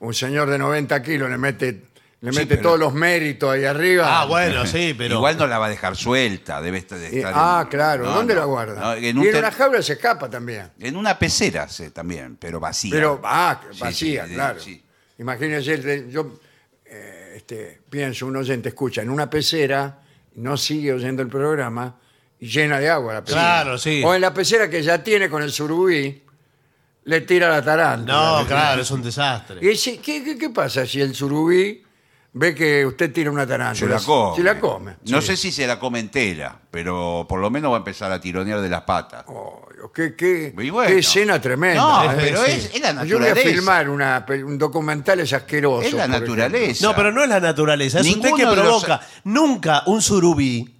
un señor de 90 kilos le mete, le
Sí,
mete
pero-
todos los méritos ahí arriba.
Ah, bueno, sí, pero.
Igual no la va a dejar suelta, debe estar.
Eh,
estar en-
ah, claro.
No,
¿Dónde
no,
la guarda?
no,
y
en,
en
un ter-
una jaula se escapa también.
en una pecera sí, también, pero vacía.
Pero, ah,
Sí, sí,
vacía,
sí,
claro.
sí.
Imagínense, de- yo eh, este, pienso, un oyente escucha en una pecera, no sigue oyendo el programa, y llena de agua la pecera.
Claro, sí.
O en la pecera que ya tiene con el surubí, le tira la tarántula.
No, claro, es un desastre.
¿Y si- qué, qué- qué pasa si el surubí ve que usted tira una
Se
tarántula?
la come.
Se la come.
No
Sí.
sé si se la come entera, pero por lo menos va a empezar a tironear de las patas.
Oh, qué, qué-
Y bueno.
qué escena tremenda.
No,
¿eh?
pero
Sí.
es, es la
Yo voy a
naturaleza.
filmar una pe- un documental es asqueroso.
Es la
por ejemplo.
naturaleza.
No, pero no es la naturaleza, es usted
Ninguno de
que
los-
provoca. Nunca un surubí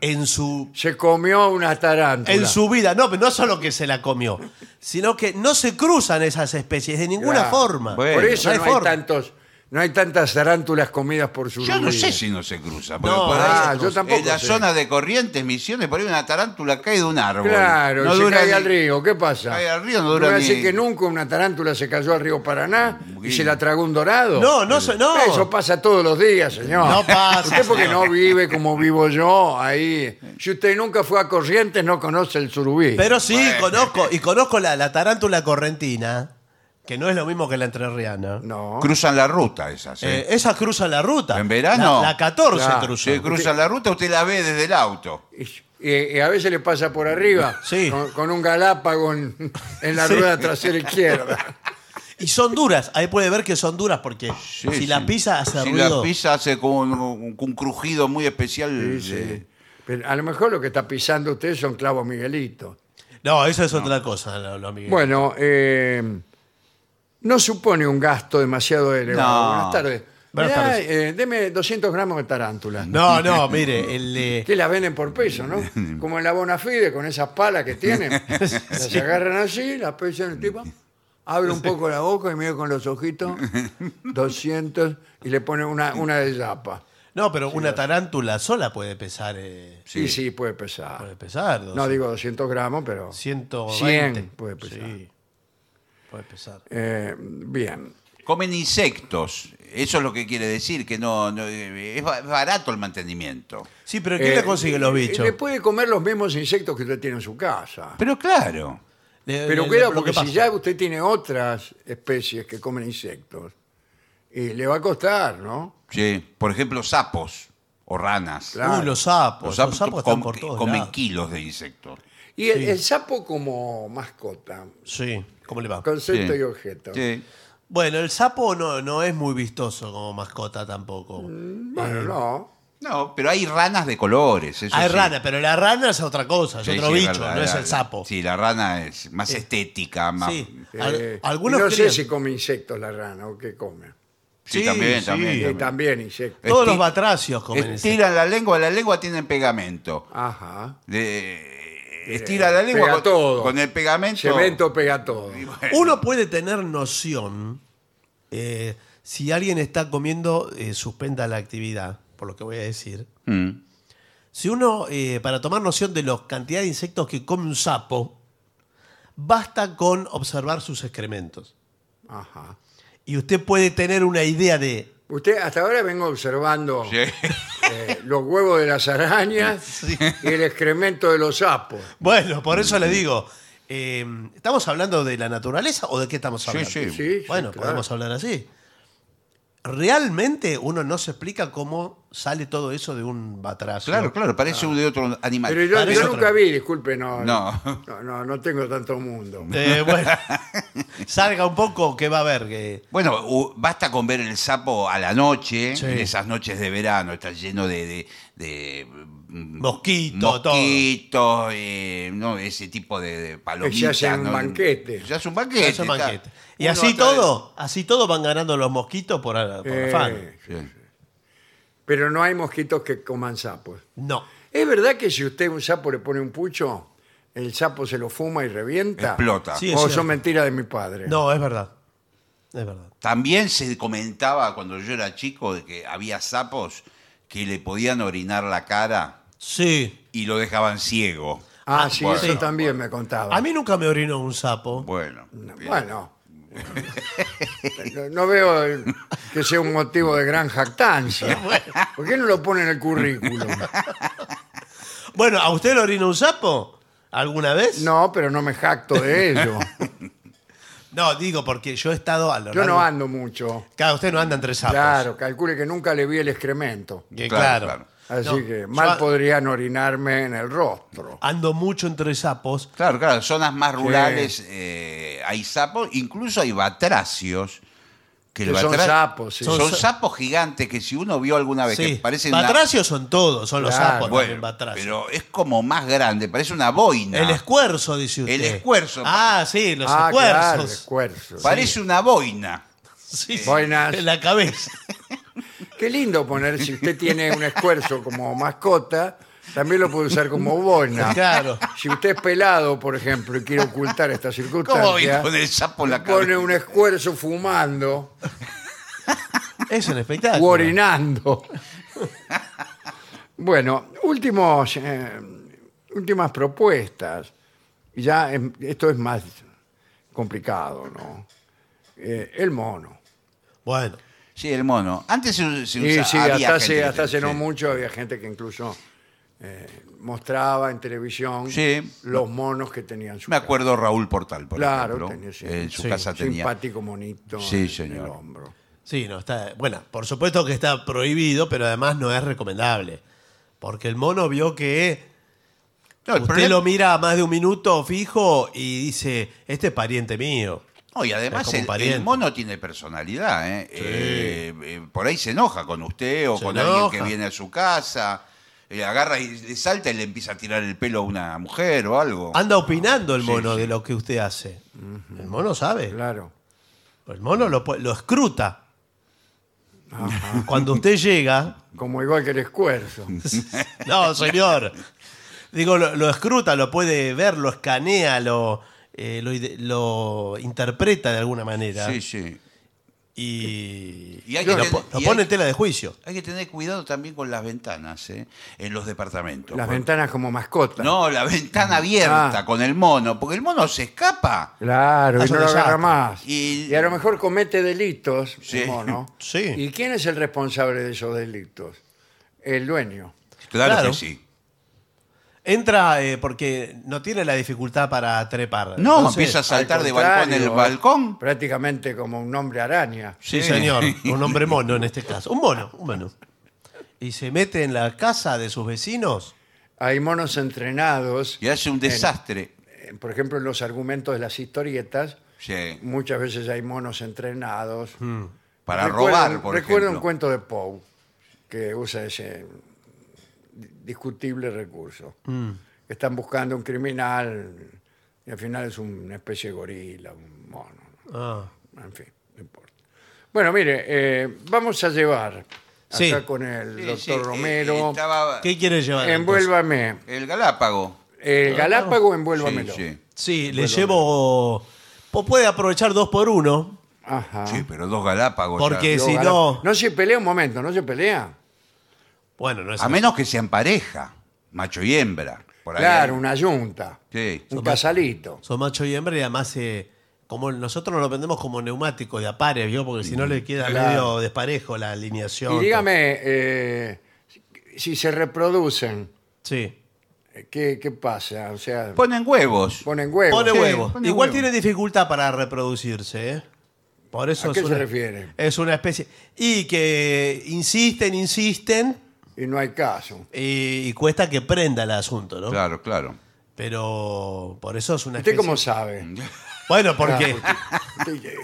en su
Se comió una tarántula.
en su vida, no, pero no solo que se la comió, sino que no se cruzan esas especies de ninguna
Claro.
forma.
Bueno.
Por eso
no hay
no hay,
forma.
tantos, no hay tantas tarántulas comidas por surubí.
Yo no sé si no se cruza. porque
No,
por
ah,
ahí-
yo tampoco
En la
sé.
zona de Corrientes, Misiones, por ahí una tarántula cae de un árbol.
Claro,
no
y se
dura
cae
ni-
al río, ¿qué pasa?
Cae al río, no
¿Me
dura
va a decir
ni-
que nunca una tarántula se cayó al río Paraná y
Sí.
se la tragó un dorado?
No, no se- no.
Eso pasa todos los días, señor.
No pasa,
Usted porque
señor.
no vive como vivo yo ahí. Si usted nunca fue a Corrientes, no conoce el surubí.
Pero sí,
Bueno.
conozco, y conozco la, la tarántula correntina, que no es lo mismo que la entrerriana.
No.
Cruzan la ruta esas. ¿eh?
Eh, esa cruza la ruta.
En verano.
La, la 14
Claro.
cruzó.
Se cruzan la ruta, usted la ve desde el auto.
Y, y eh, a veces le pasa por arriba
Sí.
con, con un galápago en, en la rueda trasera izquierda.
Y son duras, ahí puede ver que son duras porque
Sí,
si
sí.
la pisa hace
Si
ruido.
la pisa hace como un, un- un crujido muy especial.
Sí, sí.
de-
Pero a lo mejor lo que está pisando usted son clavos Miguelito.
No, eso es otra cosa, lo, lo Miguel.
Bueno, eh, no supone un gasto demasiado elevado.
No.
Buenas tardes.
Buenas
Mirá,
tardes.
eh, deme 200 gramos de tarántula.
No, no, mire, el, eh,
Que la venden por peso, ¿no? Como en la Bonafide, con esas palas que tienen. Las agarran así, las pesan el tipo, abre un poco la boca y mira con los ojitos, 200, y le pone una, una de yapa.
no, pero una tarántula sola puede pesar. eh,
Sí, y sí, puede pesar.
puede pesar. dos-
no digo 200 gramos, pero...
120.
100 puede pesar.
Sí, puede pesar.
Eh, bien.
Comen insectos. Eso es lo que quiere decir, que no, no- eh, es ba- es barato el mantenimiento.
Sí, pero ¿quién
Eh,
le consigue los bichos?
Le puede comer los mismos insectos que usted tiene en su casa.
Pero claro,
Le-
Pero
le-
cuidado,
lo
porque
que
si
pasa.
ya usted tiene otras especies que comen insectos, y le va a costar, ¿no?
sí. por ejemplo, sapos o ranas.
Claro.
Uy, los sapos.
Los
Ah, Los
sapos,
sapos, están
com-
por todos
comen
lados.
kilos de insectos.
Y el, el sapo como mascota,
Sí, ¿cómo le va?
concepto
Sí.
y objeto.
Sí.
Bueno, el sapo no, no es muy vistoso como mascota tampoco.
Bueno, no.
No, pero hay ranas de colores. eso
Hay Ah,
sí.
rana, pero la rana es otra cosa, es
Sí,
otro
sí,
bicho,
verdad,
no es
la-
el sapo. Eh,
Sí, la rana es más estética, más.
Sí.
Sí,
Al-
Eh,
algunos
y no sé
creen-
si come insectos la rana o qué come.
Sí,
también,
sí.
también.
Y también insectos.
Todos
Esti-
los batracios comen ese.
Estiran la lengua, la lengua tienen pegamento.
Ajá.
De- estira la lengua
Eh, pega
con,
todo.
con el pegamento.
Cemento pega todo.
Uno puede tener noción eh, si alguien está comiendo, eh, suspenda la actividad, por lo que voy a decir.
Mm.
Si uno, eh, para tomar noción de la cantidad de insectos que come un sapo, basta con observar sus excrementos.
Ajá.
Y usted puede tener una idea de...
Usted hasta ahora vengo observando
Sí.
eh, los huevos de las arañas y el excremento de los sapos.
Bueno, por eso le digo, eh, ¿estamos hablando de la naturaleza o de qué estamos hablando?
sí.
Sí, sí,
Bueno,
claro.
podemos hablar así. Realmente uno no se explica cómo sale todo eso de un batracio.
Claro, claro, parece un de otro animal.
Ah. Pero yo,
Parece
yo
otra-
nunca vi, disculpe, no.
No.
No, no, no tengo tanto mundo.
Eh, bueno, salga un poco que va a haber. Que,
Bueno, u- basta con ver el sapo a la noche,
Sí.
en esas noches de verano, está lleno de, de, de, mm,
Mosquito, todo.
mosquitos, eh, no, ese tipo de, de palomitas.
Que se hacen
¿no?
banquete.
Se hace un banquete.
Eso,
está.
banquete. Y
Uno
así
atrás de-
todo, así todo van ganando los mosquitos por, por
Eh,
afán.
Sí.
Pero no hay mosquitos que coman sapos.
No.
¿Es verdad que si usted a un sapo le pone un pucho, el sapo se lo fuma y revienta?
Explota.
Sí. es
o
cierto.
son mentiras de mi padre.
No, es verdad. Es verdad.
También se comentaba cuando yo era chico de que había sapos que le podían orinar la cara
Sí.
y lo dejaban ciego.
Ah, sí,
Bueno,
eso también me contaba.
A mí nunca me orinó un sapo.
Bueno. bien.
Bueno. No- No veo que sea un motivo de gran jactancia. ¿Por qué no lo pone en el currículum?
Bueno, ¿a usted le orinó un sapo? ¿Alguna vez?
No, pero no me jacto de ello.
No, digo porque yo he estado a lo
Yo
largo-
no ando mucho.
Claro, usted no anda entre sapos.
Claro, calcule que nunca le vi el excremento.
Que claro.
Claro, claro.
Así
No,
que
yo
mal
a-
podrían orinarme en el rostro.
Ando mucho entre sapos.
Claro, claro, zonas más rurales eh, hay sapos, incluso hay batracios. Que el
Que son
batra-
sapos, sí.
Son,
Son sa-
sapos gigantes que si uno vio alguna vez que
Sí.
parecen una-
Batracios son todos, son los
Claro,
sapos
Bueno,
también batracios.
pero es como más grande, parece una boina.
El escuerzo, dice usted.
El escuerzo.
Ah, sí, los
ah, claro,
escuerzos.
escuerzos.
parece una boina.
Sí, sí,
Boinas.
En la cabeza.
Qué lindo poner, si usted tiene un escuerzo como mascota, también lo puede usar como boina.
Claro.
Si usted es pelado, por ejemplo, y quiere ocultar esta
¿Cómo voy
circunstancia,
a poner el sapo en la cabeza?
pone un escuerzo fumando
Es un
u
espectáculo.
orinando. Bueno, últimos, eh, últimas propuestas. Ya em, esto es más complicado, ¿no? Eh, el mono.
Bueno,
Sí, el mono. Antes se, se
Sí,
usaba.
sí,
había
hasta
gente
hace,
que-
hasta hace no
sí.
mucho había gente que incluso eh, mostraba en televisión
Sí.
los monos que tenían su
Me acuerdo Raúl Portal, por
Claro,
ejemplo.
tenía, sí.
En su
Sí,
casa
casa.
tenía.
simpático monito
Sí,
en- en,
señor.
el hombro.
sí, no está. Bueno, por supuesto que está prohibido, pero además no es recomendable. Porque el mono vio que
No, el
usted
problema-
lo mira más de un minuto fijo y dice: Este es pariente mío.
No, y además
como
el,
pariente.
el mono tiene personalidad. ¿eh? Eh, eh, por ahí se enoja con usted o
Se
con alguien
enoja.
que viene a su casa. eh, agarra y le salta y le empieza a tirar el pelo a una mujer o algo.
Anda opinando el
Sí,
mono
sí.
de lo que usted hace. El mono
Eh.
sabe.
Claro.
El mono lo, po- lo escruta. Cuando usted llega.
Como igual que el escuerzo.
No, señor. Digo, lo, lo escruta, lo puede ver, lo escanea, lo, eh, lo, ide- lo interpreta de alguna manera.
Sí, sí.
Y,
Y hay
lo,
que-
po- lo
y hay-
pone en tela de juicio.
Hay que tener cuidado también con las ventanas ¿eh? en los departamentos.
Las
Por-
ventanas como mascotas.
No, la ventana abierta
Ah.
con el mono, porque el mono se escapa.
Claro,
Ah,
y
son
no lo
de
agarra
saco.
más. Y...
Y-
a lo mejor comete delitos el
Sí.
mono.
Sí.
¿Y quién es el responsable de esos delitos? El dueño.
Claro,
Claro.
que sí.
Entra eh, porque no tiene la dificultad para trepar.
No,
Entonces-
empieza a saltar
Al
de balcón en el
contrario, eh,
balcón.
Prácticamente como un hombre araña.
Sí, señor. Un hombre mono en este caso. Un mono, un mono. Y se mete en la casa de sus vecinos.
Hay monos entrenados,
Y hace un desastre.
eh, por ejemplo, en los argumentos de las historietas,
Sí.
muchas veces hay monos entrenados.
Hmm, Para
Recuerdo-
robar, por
Recuerdo un
ejemplo.
cuento de Poe que usa ese di- discutible recurso.
Hmm.
Están buscando un criminal y al final es una especie de gorila, un mono.
Ah,
En fin, no importa. Bueno, mire, eh, vamos a llevar
Sí.
acá con el
Sí,
doctor
sí, eh,
Romero.
estaba
¿Qué quiere llevar? entonces?
Envuélvame.
el Galápago.
El Galápago, envuélvamelo.
Sí, sí.
Sí, le llevo. O puede aprovechar dos por uno.
Ajá.
Sí, pero dos Galápagos.
Porque
ya.
Yo,
si
Galá-
no.
No se pelea un momento, no se pelea.
Bueno, no es
A
así.
menos que sean pareja, macho y hembra. Por ahí
Claro,
hay-
una yunta.
Sí.
Un casalito.
Son macho y hembra y además eh, como nosotros lo vendemos como neumático de apares, ¿vio? Porque si no le queda
Claro.
medio desparejo la alineación.
Y dígame, eh, si se reproducen, eh,
Sí.
¿qué, qué pasa? O sea,
Ponen huevos.
ponen huevos.
Pone
Sí,
huevo.
pone
Igual
huevo.
tiene dificultad para reproducirse, ¿eh? Por eso
¿A
es
qué se
una-
refiere?
Es una especie. Y que insisten, insisten,
Y no hay caso.
y, y cuesta que prenda el asunto, ¿no?
Claro, claro.
Pero por eso es una
¿Usted
especie.
cómo sabe?
Bueno, porque.
Ah, porque usted, eh,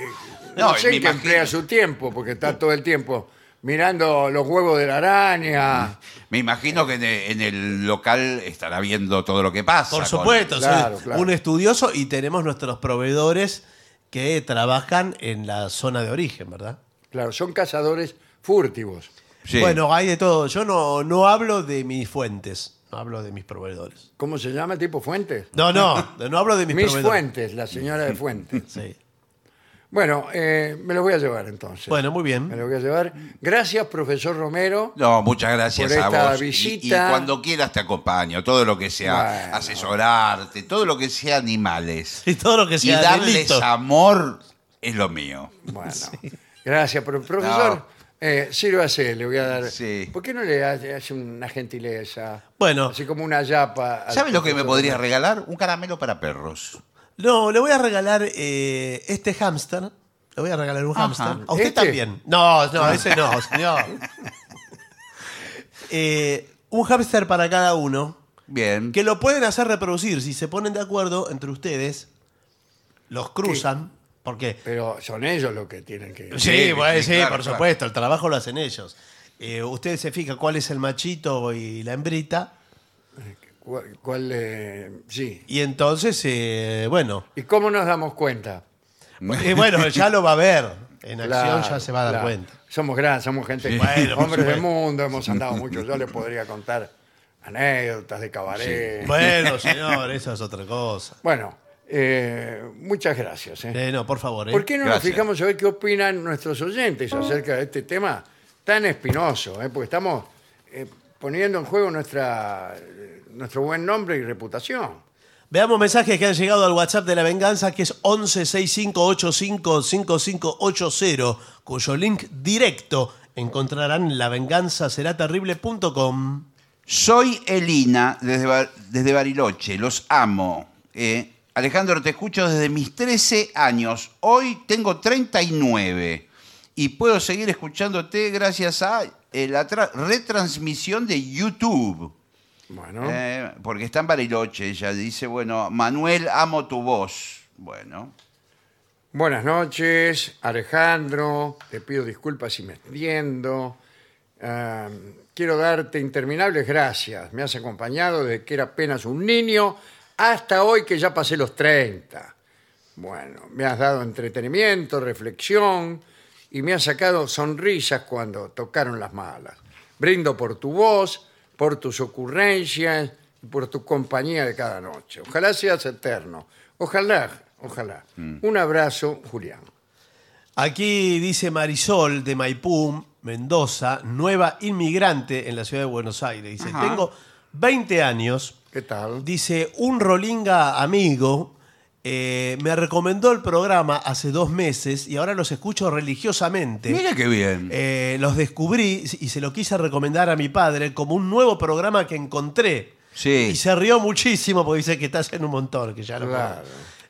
No,
no sé
me
en qué
imagino.
emplea su tiempo, porque está todo el tiempo mirando los huevos de la araña.
Me imagino que en el, en el local estará viendo todo lo que pasa.
Por
con-
supuesto,
Claro,
soy
claro.
un estudioso y tenemos nuestros proveedores que trabajan en la zona de origen, ¿verdad?
Claro, son cazadores furtivos.
Sí.
Bueno, hay de todo. Yo no, no hablo de mis fuentes, no hablo de mis proveedores.
¿Cómo se llama el tipo? Fuentes.
No, no, no hablo de mis,
Miss
proveedores.
Fuentes, la señora de Fuentes.
Sí.
Bueno, eh, me lo voy a llevar entonces.
Bueno, muy
Me
bien.
lo voy a llevar. Gracias, profesor Romero.
No, muchas gracias
Por
a
esta
vos. Y-
visita.
Y, cuando quieras te acompaño, todo lo que sea
Bueno.
asesorarte, todo lo que sea animales.
Y todo lo que sea
y darles
delito.
amor es lo mío.
Bueno, gracias, pro- profesor.
No.
Eh, sírvase, le voy a dar.
Sí.
¿Por qué no le hace hace una gentileza?
Bueno.
Así como una yapa. al
¿Sabes lo que me
profesor
podrías
Romero?
regalar? Un caramelo para perros.
No, le voy a regalar eh, este hámster. Le voy a regalar un
Ajá.
hámster. A usted
¿Este?
también. No, no, ese no, señor. eh, un hámster para cada uno,
Bien.
que lo pueden hacer reproducir. Si se ponen de acuerdo entre ustedes, los cruzan, porque...
Pero son ellos los que tienen que...
Sí,
Sí,
bueno,
sí,
sí,
claro,
por
claro.
supuesto, el trabajo lo hacen ellos. Eh, usted se fija cuál es el machito y la hembrita,
¿Cuál, cuál, eh, sí.
y entonces, eh, bueno,
¿Y cómo nos damos cuenta?
eh, bueno, ya lo va a ver. En acción ya
Claro,
se va a dar
claro.
cuenta.
Somos grandes, somos gente,
Bueno, por
hombres del
supuesto.
mundo, hemos andado mucho. Yo le podría contar anécdotas de cabaret.
Bueno, señor, eso es otra cosa.
Bueno, eh, muchas gracias. ¿eh?
Eh, no, por favor. ¿eh?
¿Por qué no nos
Gracias.
fijamos a ver qué opinan nuestros oyentes acerca de este tema tan espinoso? ¿eh? Porque estamos eh, poniendo en juego nuestra, eh, nuestro buen nombre y reputación.
Veamos mensajes que han llegado al WhatsApp de la venganza, que es 1165855580, cuyo link directo encontrarán en lavenganzaseraterrible.com.
Soy Elina desde, Bar- desde Bariloche, los amo. Eh, Alejandro, te escucho desde mis 13 años. Hoy tengo 39 y puedo seguir escuchándote gracias a eh, la tra- retransmisión de YouTube.
Bueno,
Eh, porque está en Bariloche, ella dice, bueno, Manuel, amo tu voz. Bueno,
buenas noches, Alejandro. Te pido disculpas si me extiendo. Ah, quiero darte interminables gracias. Me has acompañado desde que era apenas un niño hasta hoy que ya pasé los 30. Bueno, me has dado entretenimiento, reflexión y me has sacado sonrisas cuando tocaron las malas. Brindo por tu voz, por tus ocurrencias y por tu compañía de cada noche. Ojalá seas eterno. Ojalá, ojalá.
Mm.
Un abrazo, Julián.
Aquí dice Marisol de Maipú, Mendoza, nueva inmigrante en la ciudad de Buenos Aires. Dice,
Ajá.
tengo 20 años.
¿Qué tal?
Dice, un rolinga amigo eh, me recomendó el programa hace dos meses y ahora los escucho religiosamente.
mira qué bien.
Eh, los descubrí y se lo quise recomendar a mi padre como un nuevo programa que encontré.
Sí.
Y se rió muchísimo porque dice que estás en un montón, que ya lo
Claro.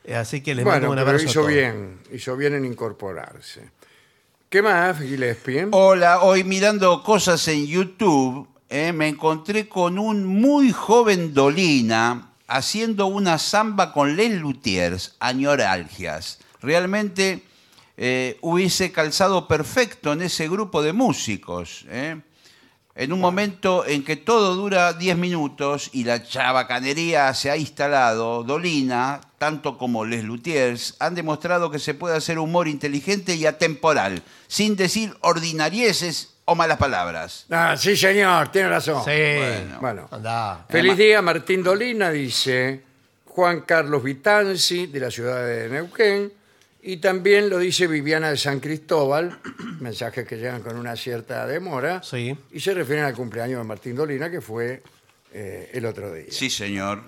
Eh, Así que les mando
Bueno,
un
pero
abrazo. a
hizo
todos.
bien, hizo bien en incorporarse. ¿Qué más, Gillespie?
Oh.
Hola, hoy mirando cosas en YouTube, eh, me encontré con un muy joven Dolina haciendo una samba con Les Luthiers, añoralgias. Realmente eh, hubiese calzado perfecto en ese grupo de músicos. eh. En un momento en que todo dura 10 minutos y la chabacanería se ha instalado, Dolina, tanto como Les Luthiers, han demostrado que se puede hacer humor inteligente y atemporal, sin decir ordinarieses o malas palabras.
Ah, sí, señor, tiene razón.
Sí.
Bueno.
Andá.
Feliz día, Martín Dolina, dice Juan Carlos Vitanzi, de la ciudad de Neuquén, y también lo dice Viviana de San Cristóbal, mensajes que llegan con una cierta demora,
Sí.
y se refieren al cumpleaños de Martín Dolina, que fue eh, el otro día.
Sí, señor.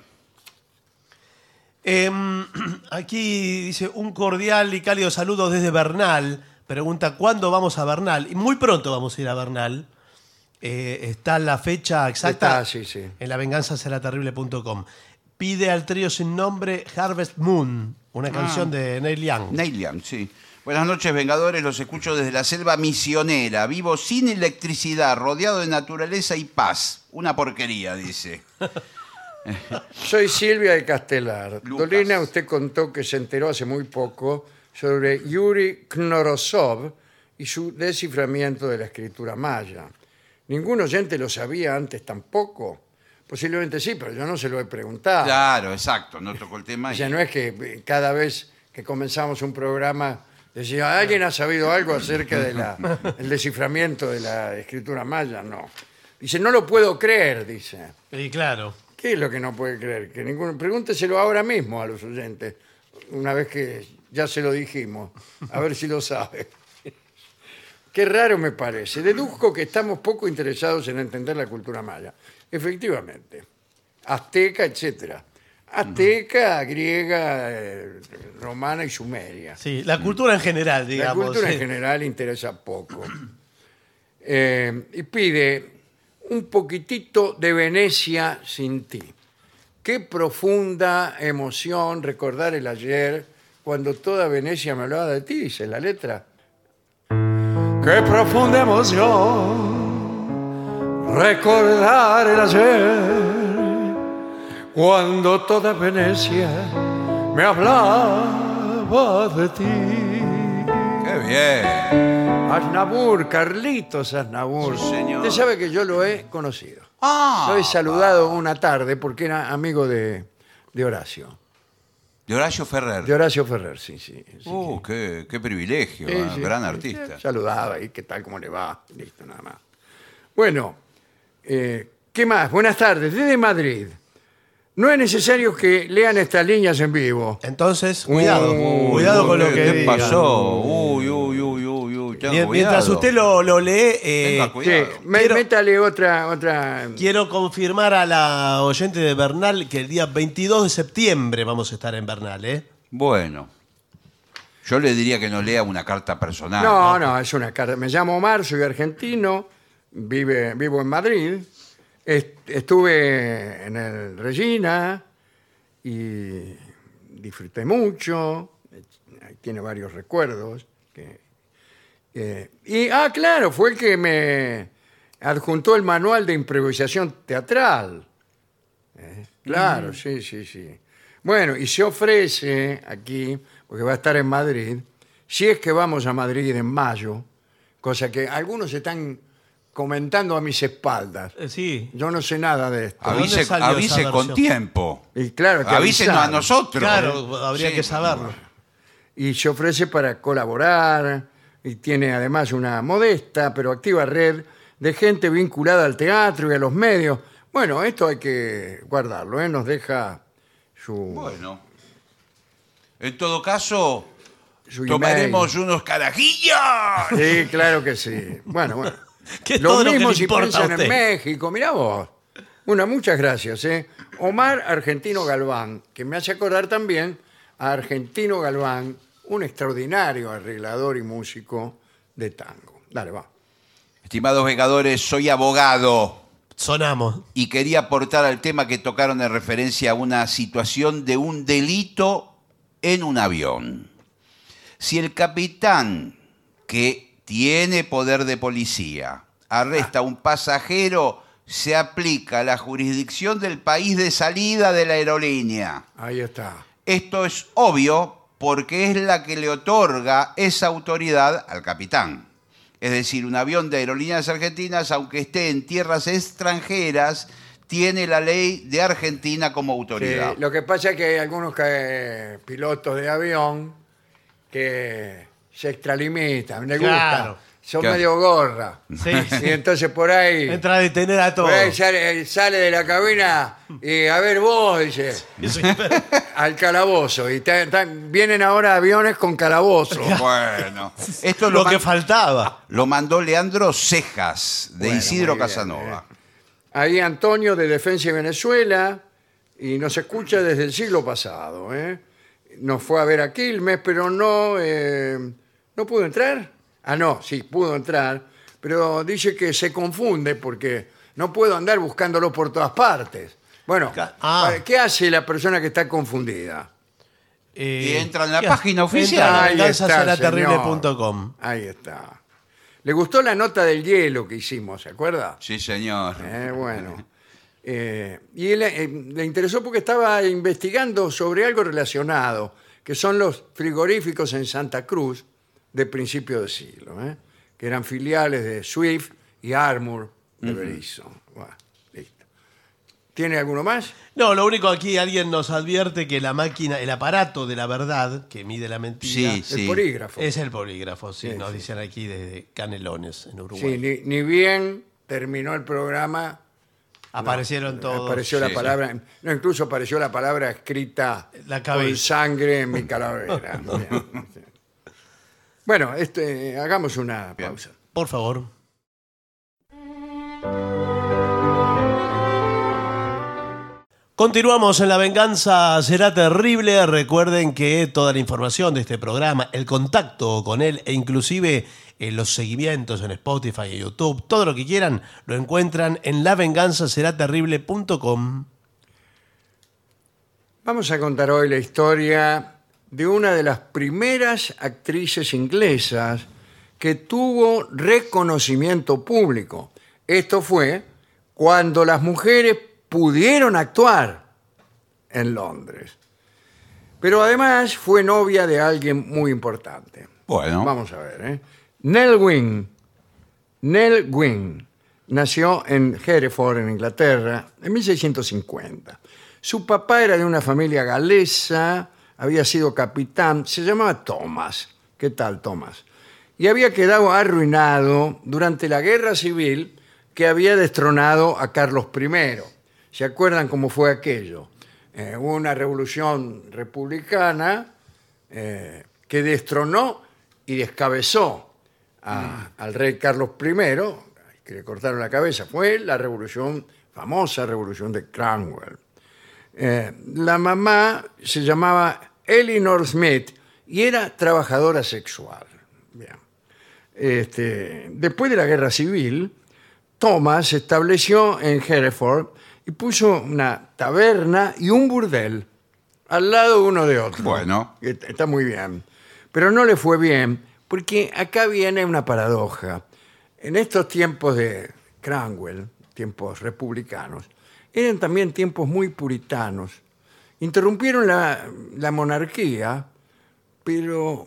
Em, aquí dice un cordial y cálido saludo desde Bernal. Pregunta cuándo vamos a Bernal. Y muy pronto vamos a ir a Bernal. Eh, está la fecha exacta
Está, sí, sí.
en lavenganzaseraterrible.com. Pide al trío sin nombre Harvest Moon, una canción de Neil Young.
Neil Young, sí. Buenas noches, Vengadores. Los escucho desde la selva misionera. Vivo sin electricidad, rodeado de naturaleza y paz. Una porquería, dice.
Soy Silvia de Castelar.
Lucas.
Dolina, usted contó que se enteró hace muy poco sobre Yuri Knorosov y su desciframiento de la escritura maya. Ningún oyente lo sabía antes tampoco. Posiblemente sí, pero yo no se lo he preguntado.
Claro, exacto. No tocó el tema.
O
y-
sea, no es que eh, cada vez que comenzamos un programa decía, ¿alguien ha sabido algo acerca del desciframiento de la escritura maya? No. Dice, no lo puedo creer, dice.
Y claro.
¿Qué es lo que no puede creer? Que ninguno. Pregúnteselo ahora mismo a los oyentes, una vez que ya se lo dijimos, a ver si lo sabe. Qué raro me parece. Deduzco que estamos poco interesados en entender la cultura maya. Efectivamente. Azteca, etcétera. Azteca, griega, eh, romana y sumeria.
Sí, la cultura en general, digamos.
La cultura
sí.
en general interesa poco. Eh, y pide un poquitito de Venecia sin ti. Qué profunda emoción recordar el ayer cuando toda Venecia me hablaba de ti, dice la letra. Qué profunda emoción recordar el ayer, cuando toda Venecia me hablaba de ti.
¡Qué bien!
Aznabur, Carlitos Aznabur.
Sí, señor.
Usted sabe que yo lo he conocido.
Ah,
lo he saludado una tarde porque era amigo de, de Horacio.
De Horacio Ferrer.
De Horacio Ferrer, sí, sí. sí.
Uh, qué, qué privilegio,
Sí,
eh,
sí,
gran
sí,
artista.
sí, Saludaba y qué tal, cómo le va. Listo, nada más. Bueno, eh, ¿qué más? Buenas tardes. Desde Madrid. No es necesario que lean estas líneas en vivo.
Entonces, cuidado, cuidado con lo
¿qué-
que
¿Qué
digan.
pasó? Uy, uy, uy, uy, uy.
Mien-
tengan
Mientras
cuidado.
usted lo, lo lee, eh,
Tenga
Sí,
cuidado.
me-
Quiero-
Métale otra, otra.
quiero confirmar a la oyente de Bernal que el día 22 de septiembre vamos a estar en Bernal, ¿eh?
Bueno, yo le diría que no lea una carta personal.
No, no, es una carta. Me llamo Omar, soy argentino, vive, vivo en Madrid. Est- Estuve en el Regina y disfruté mucho. Eh, Tiene varios recuerdos. que- eh, y, ah, claro, fue el que me adjuntó el manual de improvisación teatral. Eh, Claro, sí, sí, sí. Bueno, y se ofrece aquí, porque va a estar en Madrid, si es que vamos a Madrid en mayo, cosa que algunos están comentando a mis espaldas.
Sí.
Yo no sé nada de esto.
Ah. dónde
Avise,
salió esa
avise con
versión?
tiempo.
Y claro, que
Avísenos a
avisaron.
nosotros.
Claro, habría
¿eh? Sí.
que saberlo.
y se ofrece para colaborar y tiene además una modesta pero activa red de gente vinculada al teatro y a los medios. Bueno, esto hay que guardarlo, ¿eh? nos deja su,
Bueno. En todo caso,
su email.
tomaremos unos carajillos.
Sí, claro que sí. Bueno, bueno.
Que es todo lo que le
si
importa a
piensan en
usted.
México, mirá vos. Bueno, muchas gracias. ¿eh? Omar Argentino Galván, que me hace acordar también a Argentino Galván, un extraordinario arreglador y músico de tango. Dale, va.
Estimados vengadores, soy abogado.
Sonamos.
y quería aportar al tema que tocaron en referencia a una situación de un delito en un avión. Si el capitán, que tiene poder de policía, arresta a un pasajero, se aplica la jurisdicción del país de salida de la aerolínea.
Ahí está.
Esto es obvio porque es la que le otorga esa autoridad al capitán. Es decir, un avión de aerolíneas argentinas, aunque esté en tierras extranjeras, tiene la ley de Argentina como
Sí,
autoridad.
lo que pasa es que hay algunos que- pilotos de avión que se extralimitan, les
Claro.
gusta, son
Claro.
medio gorra.
Sí,
Y entonces por ahí...
Entra a detener a todos.
Por
Pues,
ahí sale, sale de la cabina y a ver vos, dice,
Eso es verdad.
al calabozo. Y ta- ta- vienen ahora aviones con calabozo.
Bueno, esto lo,
lo que
man-
faltaba.
lo mandó Leandro Cejas, de
Bueno,
Isidro
muy bien, eh.
Casanova.
Ahí Antonio de Defensa y Venezuela y nos escucha desde el siglo pasado. ¿eh? Nos fue a ver a Quilmes, pero no, eh, no pudo entrar. Ah, no, sí, pudo entrar, pero dice que se confunde porque no puedo andar buscándolo por todas partes. Bueno,
Ah.
¿qué hace la persona que está confundida?
Eh,
Y entra en la
¿qué
página
hace?
oficial.
Entra a
Ahí está,
venganzaserlaterrible.com.
señor. Ahí está. ¿Le gustó la nota del hielo que hicimos, se acuerda?
Sí, señor.
Eh, bueno. Eh, y él, eh, le interesó porque estaba investigando sobre algo relacionado, que son los frigoríficos en Santa Cruz de principio de siglo, ¿eh? que eran filiales de Swift y Armour de Berisso. Bueno, listo. ¿Tiene alguno más?
No, lo único aquí alguien nos advierte que la máquina, el aparato de la verdad que mide la mentira
Sí,
El polígrafo.
es el polígrafo, sí,
Sí,
nos
sí.
dicen aquí desde Canelones, en Uruguay.
Sí, ni- ni bien terminó el programa,
Aparecieron todos.
Apareció la
Sí.
palabra, no, incluso apareció la palabra escrita
La
con
cabeza.
sangre en mi calavera. Bien. bueno, este, hagamos una
Bien.
pausa.
Por favor. Continuamos en La Venganza Será Terrible. Recuerden que toda la información de este programa, el contacto con él e inclusive eh, los seguimientos en Spotify y YouTube, todo lo que quieran, lo encuentran en lavenganzaseraterrible.com.
Vamos a contar hoy la historia de una de las primeras actrices inglesas que tuvo reconocimiento público. Esto fue cuando las mujeres pudieron actuar en Londres. Pero además fue novia de alguien muy importante.
Bueno,
Vamos a ver. ¿eh? Nell Gwynn. Nell Gwynn nació en Hereford, en Inglaterra, en 1650. Su papá era de una familia galesa, había sido capitán, se llamaba Thomas. ¿Qué tal, Thomas? Y había quedado arruinado durante la guerra civil que había destronado a Carlos I. ¿Se acuerdan cómo fue aquello? Eh, hubo una revolución republicana eh, que destronó y descabezó a- al rey Carlos I, que le cortaron la cabeza. Fue la revolución, famosa revolución de Cromwell. Eh, la mamá se llamaba Eleanor Smith y era trabajadora sexual. Bien. Este, después de la guerra civil, Thomas se estableció en Hereford y puso una taberna y un burdel al lado uno de otro.
Bueno.
Y est- Está muy bien. Pero no le fue bien, porque acá viene una paradoja. En estos tiempos de Cromwell, tiempos republicanos, eran también tiempos muy puritanos. Interrumpieron la, la monarquía, pero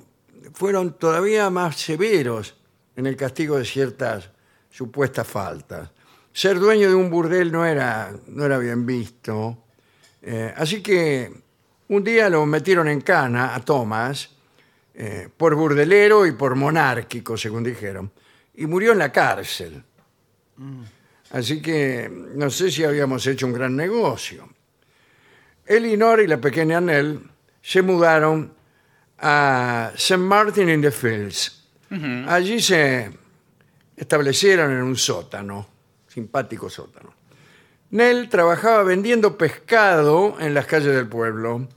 fueron todavía más severos en el castigo de ciertas supuestas faltas. Ser dueño de un burdel no era, no era bien visto. Eh, así que un día lo metieron en cana a Thomas eh, por burdelero y por monárquico, según dijeron, y murió en la cárcel. Así que no sé si habíamos hecho un gran negocio. Elinor y la pequeña Nell se mudaron a St. Martin in the Fields. Allí se establecieron en un sótano, simpático sótano. Nell trabajaba vendiendo pescado en las calles del pueblo.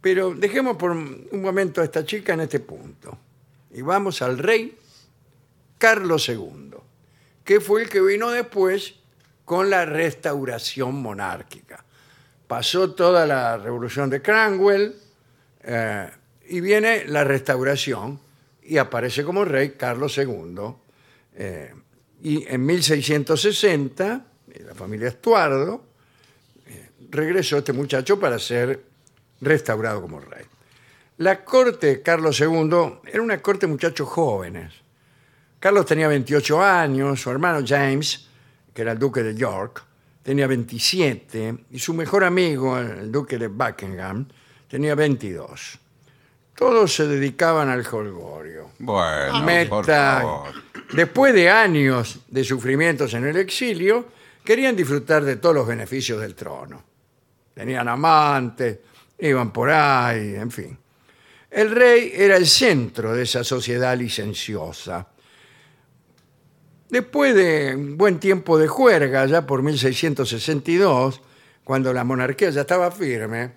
Pero dejemos por un momento a esta chica en este punto. Y vamos al rey Carlos II, que fue el que vino después con la restauración monárquica. Pasó toda la revolución de Cromwell eh, y viene la restauración y aparece como rey Carlos II. eh, y en 1660, eh, la familia Estuardo, regresó este muchacho para ser restaurado como rey. La corte de Carlos II era una corte de muchachos jóvenes. Carlos tenía 28 años, su hermano James, que era el duque de York, tenía 27 y su mejor amigo, el duque de Buckingham, tenía 22. Todos se dedicaban al jolgorio.
bueno, por
Meta,
favor.
después de años de sufrimientos en el exilio, querían disfrutar de todos los beneficios del trono. Tenían amantes, iban por ahí, en fin. El rey era el centro de esa sociedad licenciosa. Después de un buen tiempo de juerga, ya por 1662, cuando la monarquía ya estaba firme,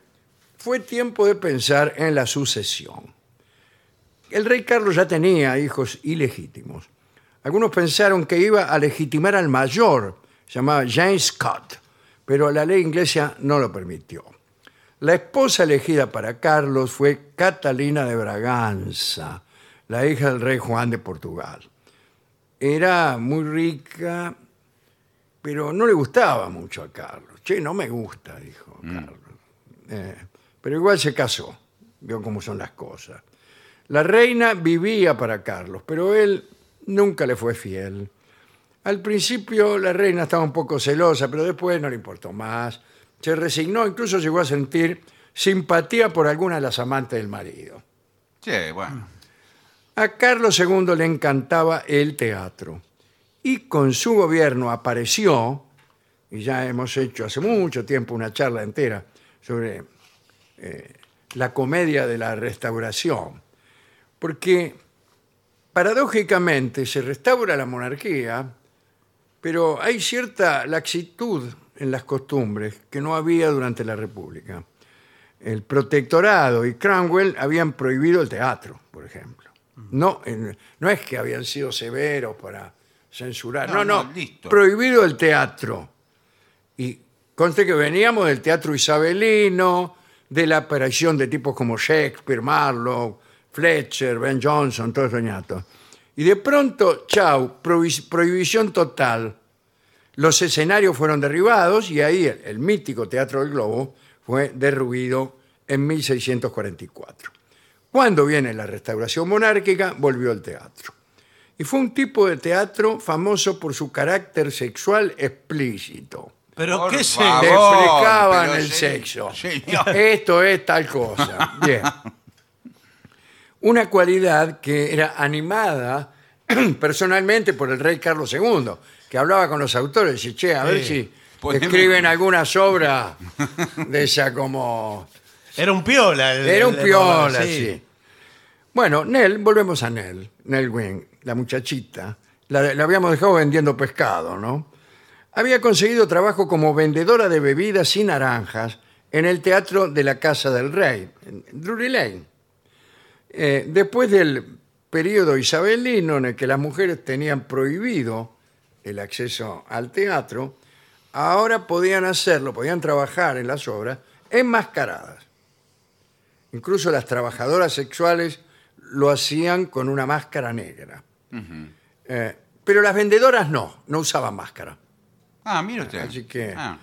fue tiempo de pensar en la sucesión. El rey Carlos ya tenía hijos ilegítimos. Algunos pensaron que iba a legitimar al mayor, llamado James Scott, pero la ley inglesa no lo permitió. La esposa elegida para Carlos fue Catalina de Braganza, la hija del rey Juan de Portugal. Era muy rica, pero no le gustaba mucho a Carlos. Che, no me gusta, dijo Carlos. Eh, pero igual se casó, vio cómo son las cosas. La reina vivía para Carlos, pero él nunca le fue fiel. Al principio la reina estaba un poco celosa, pero después no le importó más. Se resignó, incluso llegó a sentir simpatía por alguna de las amantes del marido.
Sí, bueno.
A Carlos II le encantaba el teatro y con su gobierno apareció, y ya hemos hecho hace mucho tiempo una charla entera sobre eh, la comedia de la restauración, porque paradójicamente se restaura la monarquía, pero hay cierta laxitud en las costumbres que no había durante la República. El protectorado y Cromwell habían prohibido el teatro, por ejemplo. No, en- no es que habían sido severos para censurar, no,
No,
no,
no, listo.
prohibido el teatro. Y conste que veníamos del teatro isabelino, de la aparición de tipos como Shakespeare, Marlowe, Fletcher, Ben Jonson, todos esos ñatos. Y de pronto, chau, prohi- prohibición total. Los escenarios fueron derribados y ahí el, el mítico Teatro del Globo fue derruido en 1644. Cuando viene la restauración monárquica, volvió al teatro. Y fue un tipo de teatro famoso por su carácter sexual explícito.
Pero
Por
qué sé.
favor.
Te
Amor,
explicaban
pero
el
sí,
sexo.
señor.
Esto es tal cosa. Bien. Una cualidad que era animada personalmente por el rey Carlos II, que hablaba con los autores y decía, che, a ver
Sí.
si
Poneme-
escriben algunas obras de esa como...
Era un piola. el-
Era un
el- el-
piola,
sí.
sí. Bueno, Nell, volvemos a Nell, Nell Wynn, la muchachita. La, la habíamos dejado vendiendo pescado, ¿no? Había conseguido trabajo como vendedora de bebidas y naranjas en el Teatro de la Casa del Rey, en Drury Lane. Eh, después del periodo isabelino en el que las mujeres tenían prohibido el acceso al teatro, ahora podían hacerlo, podían trabajar en las obras enmascaradas. Incluso las trabajadoras sexuales lo hacían con una máscara negra. Eh, pero las vendedoras no, no usaban máscara.
Ah, mire usted.
Así que-
Ah,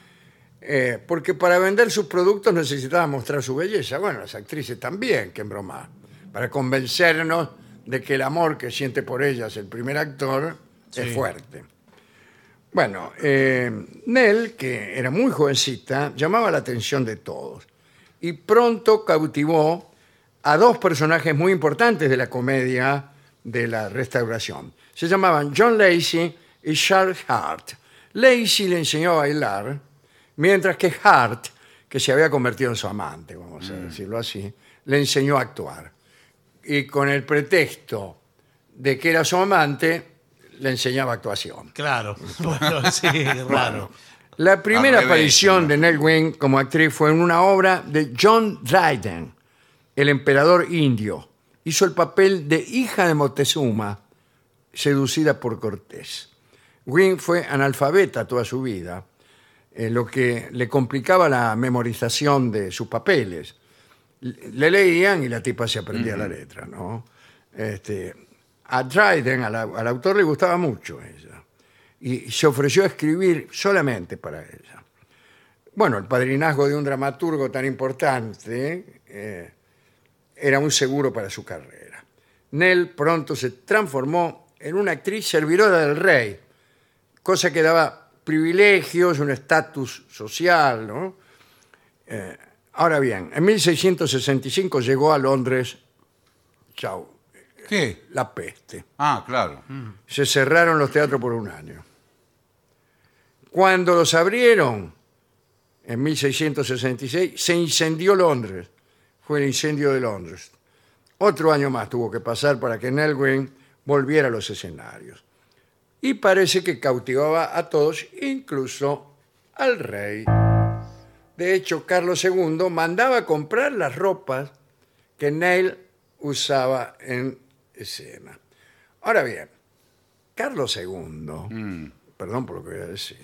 Eh, porque para vender sus productos necesitaban mostrar su belleza. Bueno, las actrices también, que broma. Para convencernos de que el amor que siente por ellas el primer actor es fuerte. Bueno, eh, Nell, que era muy jovencita, llamaba la atención de todos y pronto cautivó a dos personajes muy importantes de la comedia de la restauración. Se llamaban John Lacey y Charles Hart. Lacey le enseñó a bailar, mientras que Hart, que se había convertido en su amante, vamos a decirlo así, le enseñó a actuar. Y con el pretexto de que era su amante, le enseñaba actuación.
Claro. Bueno, sí, raro.
La primera
Al revés,
aparición
¿no?
de Nell Wynn como actriz fue en una obra de John Dryden, el emperador indio. Hizo el papel de hija de Moctezuma, seducida por Cortés. Wynn fue analfabeta toda su vida, eh, lo que le complicaba la memorización de sus papeles. Le leían y la tipa se aprendía la letra, ¿no? Este, a Dryden, al, au- al autor, le gustaba mucho ella. Y se ofreció a escribir solamente para ella. Bueno, el padrinazgo de un dramaturgo tan importante eh, era un seguro para su carrera. Nell pronto se transformó en una actriz servidora del rey, cosa que daba privilegios, un estatus social, ¿no? Eh, ahora bien, en 1665 llegó a Londres, chau,
¿Qué?
la peste
Ah, claro.
se cerraron los teatros por un año. Cuando los abrieron, en 1666, se incendió Londres. Fue el incendio de Londres. Otro año más tuvo que pasar para que Nelwyn volviera a los escenarios. Y parece que cautivaba a todos, incluso al rey. De hecho, Carlos II mandaba comprar las ropas que Neil usaba en escena. Ahora bien, Carlos II, perdón por lo que voy a decir,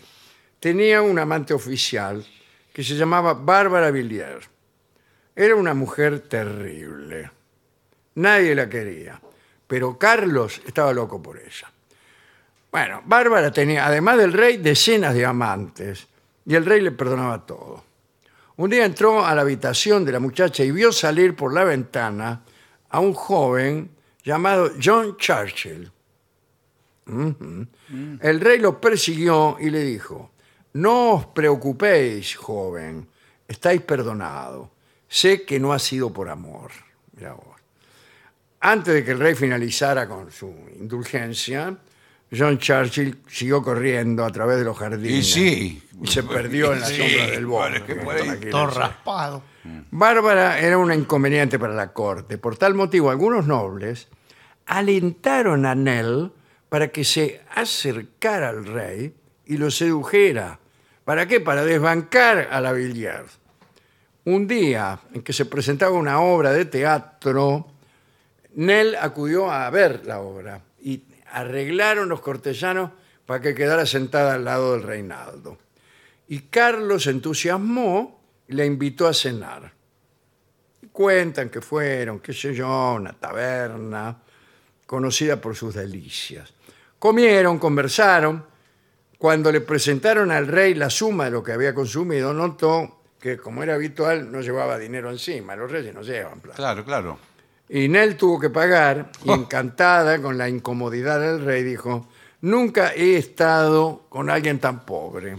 tenía un amante oficial que se llamaba Bárbara Villiers. Era una mujer terrible. Nadie la quería, pero Carlos estaba loco por ella. Bueno, Bárbara tenía, además del rey, decenas de amantes y el rey le perdonaba todo. Un día entró a la habitación de la muchacha y vio salir por la ventana a un joven llamado John Churchill. El rey lo persiguió y le dijo, no os preocupéis, joven, estáis perdonado. Sé que no ha sido por amor. Mirá vos. Antes de que el rey finalizara con su indulgencia, John Churchill siguió corriendo a través de los jardines.
Y sí.
Y se perdió en la
Sí,
sombra del bosque.
por- por ahí.
Imagínense.
Todo raspado.
Bárbara era un inconveniente para la corte. Por tal motivo, algunos nobles alentaron a Nell para que se acercara al rey y lo sedujera. ¿Para qué? Para desbancar a la Villiers. Un día en que se presentaba una obra de teatro, Nell acudió a ver la obra y arreglaron los cortesanos para que quedara sentada al lado del Reinaldo. Y Carlos se entusiasmó y la invitó a cenar. Cuentan que fueron, qué sé yo, a una taberna conocida por sus delicias. Comieron, conversaron, Cuando le presentaron al rey la suma de lo que había consumido, notó que, como era habitual, no llevaba dinero encima. Los reyes no llevan plata.
Claro, claro.
Y Nel tuvo que pagar, y encantada con la incomodidad del rey, dijo, nunca he estado con alguien tan pobre.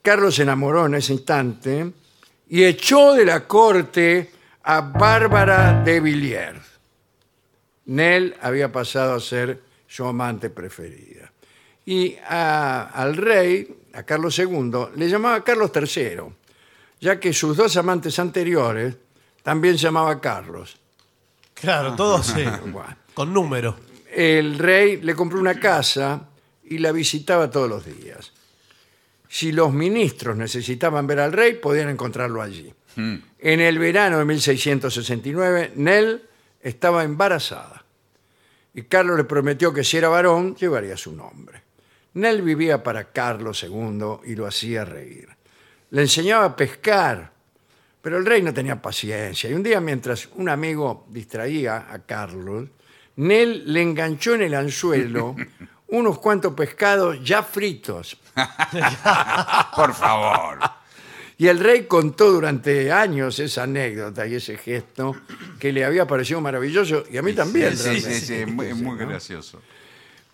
Carlos se enamoró en ese instante y echó de la corte a Bárbara de Villiers. Nel había pasado a ser su amante preferida. Y a- al rey, a Carlos II, le llamaba Carlos III, ya que sus dos amantes anteriores también se llamaba Carlos.
Claro, todo sí.
Bueno.
Con número.
el rey le compró una casa y la visitaba todos los días. Si los ministros necesitaban ver al rey, podían encontrarlo allí. En el verano de 1669, Nell estaba embarazada y Carlos le prometió que si era varón, llevaría su nombre. Nell vivía para Carlos II y lo hacía reír. Le enseñaba a pescar, pero el rey no tenía paciencia. Y un día, mientras un amigo distraía a Carlos, Nel le enganchó en el anzuelo unos cuantos pescados ya fritos.
Ah, Por favor.
Y el rey contó durante años esa anécdota y ese gesto que le había parecido maravilloso y a mí también.
Sí, sí,
realmente.
sí, sí, muy, muy
¿no?
gracioso.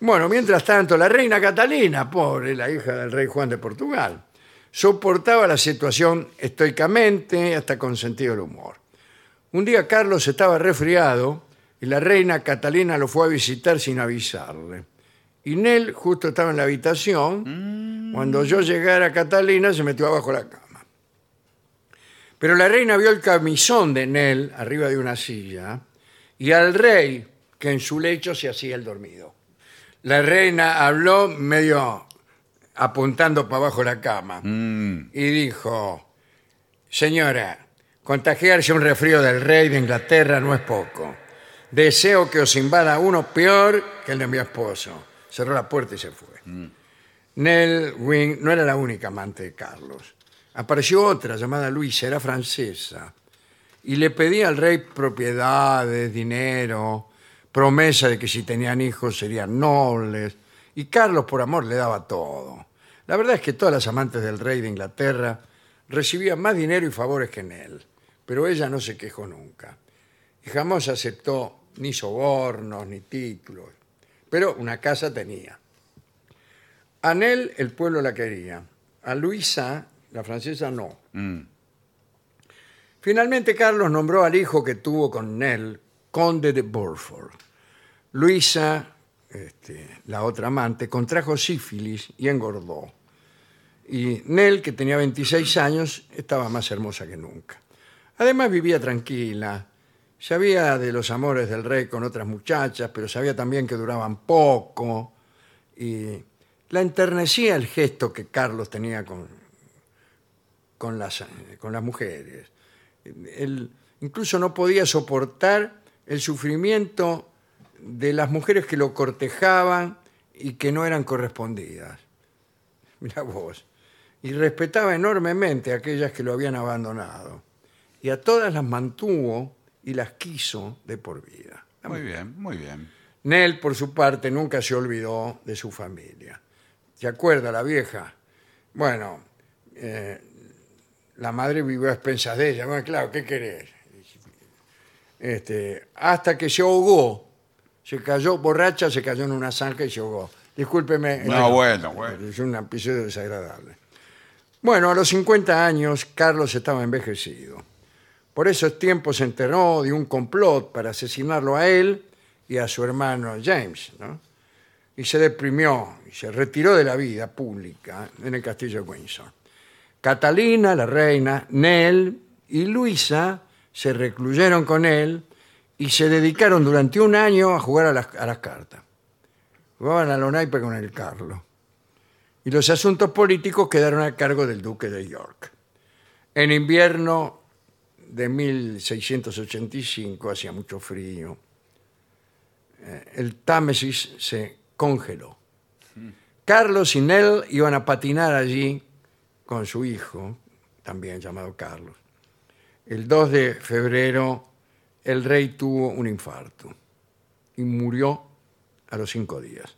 Bueno, mientras tanto, la reina Catalina, pobre, la hija del rey Juan de Portugal, soportaba la situación estoicamente hasta con sentido del humor. Un día Carlos estaba resfriado y la reina Catalina lo fue a visitar sin avisarle. Y Nel justo estaba en la habitación. Cuando yo llegara, Catalina se metió abajo la cama. Pero la reina vio el camisón de Nel arriba de una silla y al rey que en su lecho se hacía el dormido. La reina habló medio apuntando para abajo la cama
Mm,
y dijo, señora, contagiarse un resfrío del rey de Inglaterra no es poco. Deseo que os invada uno peor que el de mi esposo. Cerró la puerta y se fue. Nell Wing no era la única amante de Carlos. Apareció otra llamada Luisa, era francesa, y le pedía al rey propiedades, dinero, promesa de que si tenían hijos serían nobles, y Carlos por amor le daba todo. La verdad es que todas las amantes del rey de Inglaterra recibían más dinero y favores que en él, pero ella no se quejó nunca y jamás aceptó ni sobornos ni títulos, pero una casa tenía. A Nel el pueblo la quería, a Luisa, la francesa, no.
mm.
Finalmente Carlos nombró al hijo que tuvo con Nell, conde de Burford. Luisa, este, la otra amante, contrajo sífilis y engordó. Y Nell, que tenía 26 años, estaba más hermosa que nunca. Además vivía tranquila. Sabía de los amores del rey con otras muchachas, pero sabía también que duraban poco. Y la enternecía el gesto que Carlos tenía con, con las, eh, con las mujeres. Él incluso no podía soportar el sufrimiento de las mujeres que lo cortejaban y que no eran correspondidas. Mirá vos. Y respetaba enormemente a aquellas que lo habían abandonado. Y a todas las mantuvo y las quiso de por vida.
Muy bien, muy bien.
Nel, por su parte, nunca se olvidó de su familia. ¿Se acuerda la vieja? Bueno, eh, la madre vivió a expensas de ella. Bueno, claro, ¿qué querés? Este, hasta que se ahogó, se cayó borracha, se cayó en una zanja y se ahogó. Discúlpeme.
No,
eh,
bueno, bueno.
Es un episodio desagradable. Bueno, a los 50 años, Carlos estaba envejecido. Por esos tiempos se enteró de un complot para asesinarlo a él y a su hermano James, ¿no? Y se deprimió y se retiró de la vida pública en el castillo de Windsor. Catalina, la reina, Nell y Luisa se recluyeron con él y se dedicaron durante un año a jugar a las, a las cartas. Jugaban a los naipes con el Carlos. Y los asuntos políticos quedaron a cargo del duque de York. En invierno de 1685 hacía mucho frío. eh, El Támesis se congeló. Carlos y Nell iban a patinar allí con su hijo, también llamado Carlos. El 2 de febrero el rey tuvo un infarto y murió a los cinco días.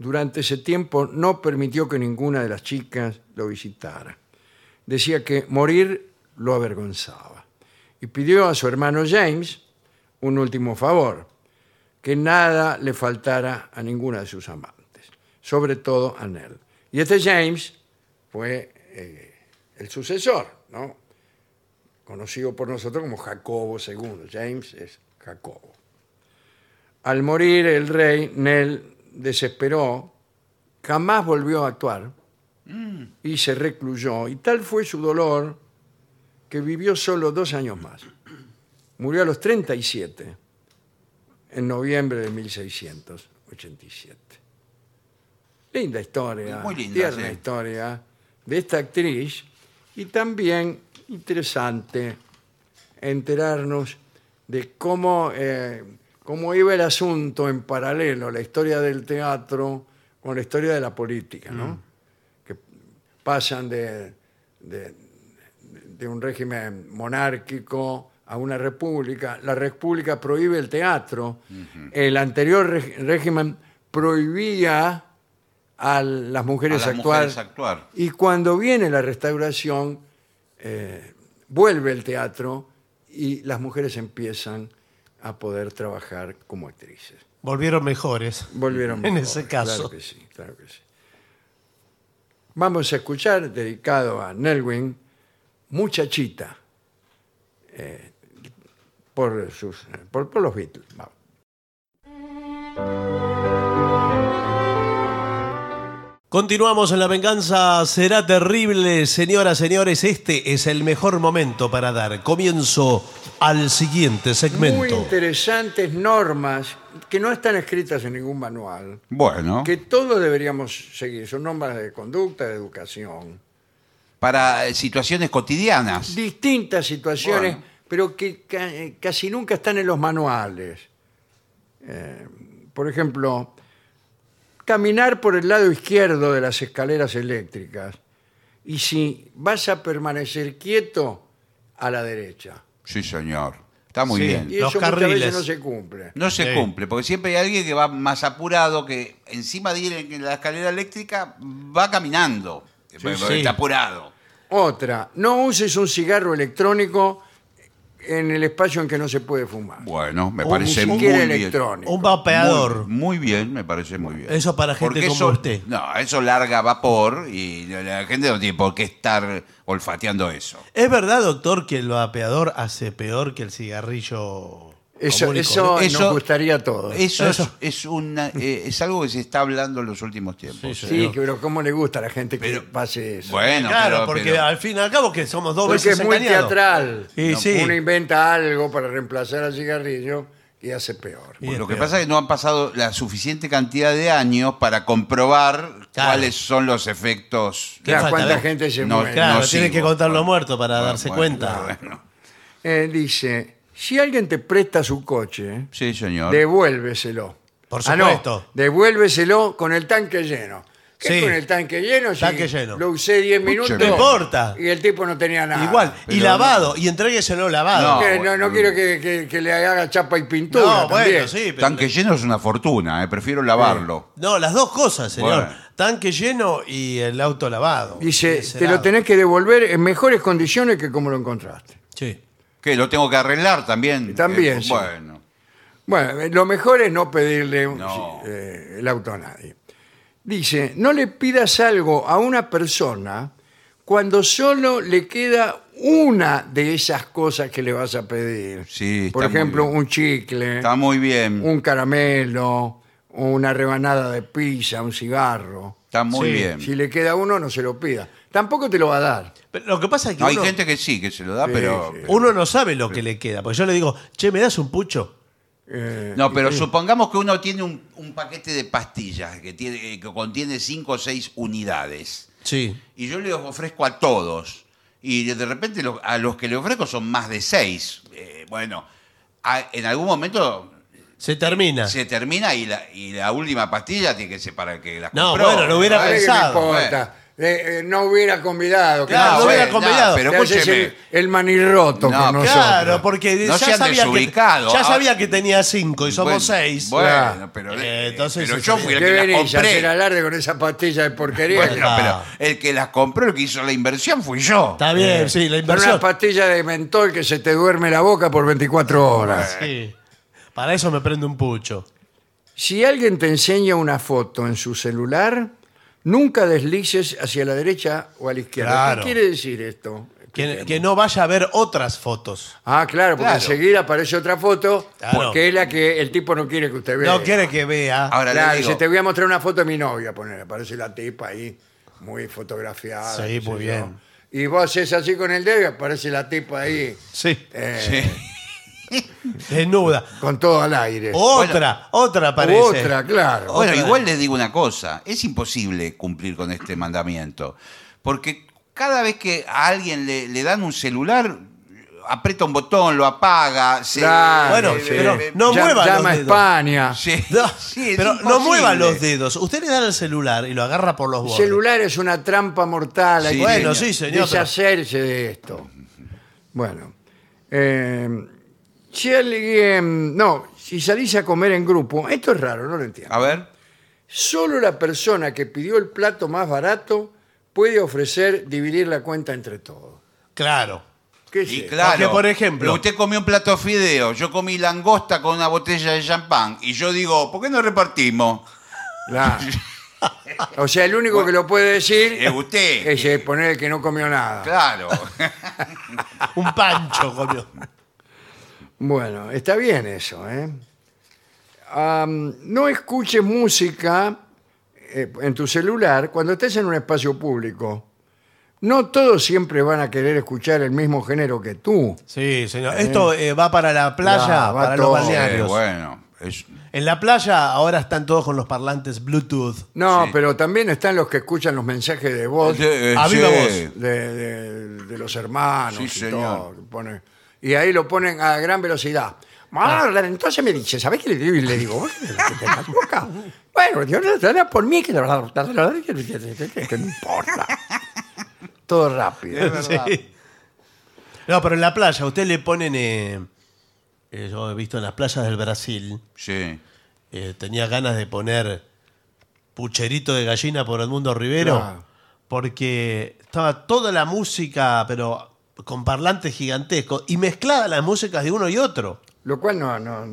durante ese tiempo no permitió que ninguna de las chicas lo visitara. Decía que morir lo avergonzaba y pidió a su hermano James un último favor, que nada le faltara a ninguna de sus amantes, sobre todo a Nell. Y este James fue eh, el sucesor, ¿no? conocido por nosotros como Jacobo II. James es Jacobo. Al morir el rey, Nell desesperó, jamás volvió a actuar y se recluyó. Y tal fue su dolor que vivió solo dos años más. Murió a los 37, en noviembre de 1687. Linda historia,
Muy linda,
tierna
sí.
historia de esta actriz y también interesante enterarnos de cómo, eh, cómo iba el asunto en paralelo, la historia del teatro con la historia de la política, ¿no?
Mm.
Que pasan de- de, de un régimen monárquico a una república. La república prohíbe el teatro. El anterior reg- régimen prohibía a las mujeres,
A las
actuar,
mujeres actuar.
Y cuando viene la restauración, eh, vuelve el teatro y las mujeres empiezan a poder trabajar como actrices.
Volvieron mejores.
Volvieron
En
mejor,
ese caso.
Claro que sí, claro que sí. Vamos a escuchar, dedicado a Nelwyn, Muchachita, eh, por, sus, por, por los Beatles. Vamos.
Continuamos en La Venganza Será Terrible, señoras, señores. Este es el mejor momento para dar comienzo al siguiente
Muy
segmento.
interesantes normas que no están escritas en ningún manual,
Bueno,
que todos deberíamos seguir. Son normas de conducta, de educación,
para eh, situaciones cotidianas.
distintas situaciones,
Bueno.
pero que ca- eh, casi nunca están en los manuales. Eh, por ejemplo, caminar por el lado izquierdo de las escaleras eléctricas y si vas a permanecer quieto, a la derecha.
Sí, señor. Está muy
Sí.
bien.
Y
Los
eso muchas
carriles.
veces no se cumple.
No se
Sí.
cumple, porque siempre hay alguien que va más apurado, que encima de ir en la escalera eléctrica va caminando. Pero
sí.
Está apurado.
Otra, no uses un cigarro electrónico en el espacio en que no se puede fumar.
Bueno, me
O
parece
Ni
muy
siquiera
bien.
electrónico.
Un vapeador.
Muy, muy bien, me parece muy bien.
Eso para gente
Porque
como
eso-
usted.
No, eso larga vapor y la gente no tiene por qué estar olfateando eso.
¿Es verdad, doctor, que el vapeador hace peor que el cigarrillo?
Eso,
común y
eso
corriente?
nos
Eso-
gustaría a todos.
Eso, es-
Eso.
Es, una, eh, es algo que se está hablando en los últimos tiempos.
Sí,
Sí, pero cómo le gusta a la gente que
Pero-
pase eso.
Bueno,
claro,
pero-
porque
pero-
al fin y al cabo que somos dos
Porque
veces
es muy
engañados.
teatral.
Y
No,
sí,
Uno inventa algo para reemplazar al cigarrillo y hace peor.
Y este- es
lo que
peor.
pasa es que no han pasado la suficiente cantidad de años para comprobar
Claro.
cuáles son los efectos.
Claro,
falta
cuánta
ver.
gente se
No,
muere.
claro,
nocivos.
tienen que contar los muertos para
Bueno,
darse
bueno,
cuenta.
bueno.
Eh, dice, si alguien te presta su coche,
Sí, señor.
devuélveselo.
Por
Ah, no,
supuesto.
devuélveselo con el tanque lleno. ¿Qué
Sí.
con el tanque lleno? Si
Tanque lleno.
Lo usé 10 minutos.
no
importa.
Y el tipo no tenía nada.
Igual, y
pero
lavado, y entrégueselo lavado.
No.
Que no, no
bueno.
quiero que, que- que le haga chapa y pintura. también.
bueno, sí, pero...
Tanque lleno es una fortuna, eh, prefiero lavarlo.
No, las dos cosas, señor.
Bueno.
Tanque lleno y el auto lavado.
Dice,
Ese
te lo
lado.
tenés que devolver en mejores condiciones que como lo encontraste.
Sí.
Que lo tengo que arreglar también.
También,
Eh,
sí.
bueno.
Bueno, eh, lo mejor es no pedirle un-
No.
eh, el auto a nadie. Dice, no le pidas algo a una persona cuando solo le queda una de esas cosas que le vas a pedir.
Sí, está
Por
muy
ejemplo,
bien.
un chicle,
Está muy bien.
un caramelo, una rebanada de pizza, un cigarro.
Está muy
Sí,
bien.
Si le queda uno, no se lo pida. Tampoco te lo va a dar.
Pero lo que pasa es que
No, hay
uno,
gente que sí, que se lo da,
Sí,
pero,
sí.
pero-
uno no sabe lo que le queda. Porque yo le digo, che, ¿me das un pucho?
Eh,
No, pero supongamos que uno tiene un, un paquete de pastillas que, tiene, eh, que contiene cinco o seis unidades.
Sí.
Y yo les ofrezco a todos. Y de repente lo- a los que le ofrezco son más de seis. Eh, bueno, a- en algún momento
Se termina.
se termina y la, y la última pastilla tiene que ser para el que la
No,
compró.
bueno, lo hubiera
Vale que
pensado.
no importa. eh, eh, no hubiera convidado. que
Claro,
no
no
sé.
hubiera convidado.
pero
Te haces
escúcheme.
el, el manirroto
No,
con nosotros.
Claro, porque
No
ya,
sean
sabía que,
desubicados.
ya
Ah.
sabía que tenía cinco y somos
Bueno,
seis.
Bueno,
Claro.
pero,
Eh, entonces
pero
eso
yo
sí.
fui
¿Qué
el que las
venís a hacer
compré.
alarde con esa pastilla de porquería?
Bueno,
Ah.
pero el que las compró, el que hizo la inversión, fui yo.
Está bien,
Con
sí, la
Eh, una
inversión.
pastilla de mentol que se te duerme la boca por 24 horas.
Sí. Para eso me prende un pucho.
Si alguien te enseña una foto en su celular, nunca deslices hacia la derecha o a la izquierda.
Claro.
¿Qué quiere decir esto?
Que, que no vaya a ver otras fotos.
Ah, claro, porque
Claro.
enseguida aparece otra foto
Claro.
porque es la que el tipo no quiere que usted vea.
No quiere que vea.
Ahora
Claro,
le digo,
dice, te voy a mostrar una foto de mi novia, poner, aparece la tipa ahí, muy fotografiada.
Sí,
qué sé
muy
yo.
bien.
Y vos haces así con el dedo y aparece la tipa ahí,
Sí,
eh,
desnuda.
con todo al aire.
Otra, otra Oh, aparece. Oh,
Otra, claro.
Bueno,
Otra.
igual les digo una cosa, es imposible cumplir con este mandamiento, porque cada vez que a alguien le, le dan un celular, aprieta un botón, lo apaga, se...
Claro,
Bueno,
sí.
pero no
Ya-
mueva
Llama
los
a
dedos.
España.
Sí,
No,
sí, es
pero no
imposible.
mueva los dedos. Usted le da el celular y lo agarra por los
El
bordes.
celular es una trampa mortal. Hay
Sí,
que
bueno,
sí, señor, pero-
Deshacerse de esto. Bueno. eh, si alguien... No, si salís a comer en grupo... Esto es raro, no lo entiendo.
A ver,
Solo la persona que pidió el plato más barato puede ofrecer dividir la cuenta entre todos.
Claro.
¿Qué es
y
esto?
claro.
Porque, por ejemplo-
usted comió un plato de fideo, yo comí langosta con una botella de champán, y yo digo, ¿por qué no repartimos?
Claro. O sea, el único que lo puede decir
Es usted.
es eh, poner el que no comió nada.
Claro.
Un pancho comió.
Bueno, está bien eso, ¿eh? Am, no escuches música eh, en tu celular cuando estés en un espacio público. No todos siempre van a querer escuchar el mismo género que tú.
Sí, señor. Esto eh, va para la playa,
Ah, Va, va
para los
todo.
Eh,
balnearios.
bueno, es-
En la playa ahora están todos con los parlantes Bluetooth.
No,
Sí.
pero también están los que escuchan los mensajes de voz de,
Eh,
a viva
sí.
voz.
de- de los hermanos
Sí,
y
señor.
todo, que pone- y ahí lo ponen a gran velocidad. Ah, entonces me dice, ¿sabés qué le digo? Y le digo, "Vos, que te das boca". Bueno, Dios no dará por mí, que la verdad, la verdad que- que- que- que no importa. Todo rápido.
Sí. No, pero en la playa, usted le ponen. eh, eh, yo he visto en las playas del Brasil,
Sí.
eh, tenía ganas de poner pucherito de gallina por Edmundo Rivero,
Claro.
porque estaba toda la música, pero con parlantes gigantescos, y mezclada las músicas de uno y otro.
Lo cual no, no,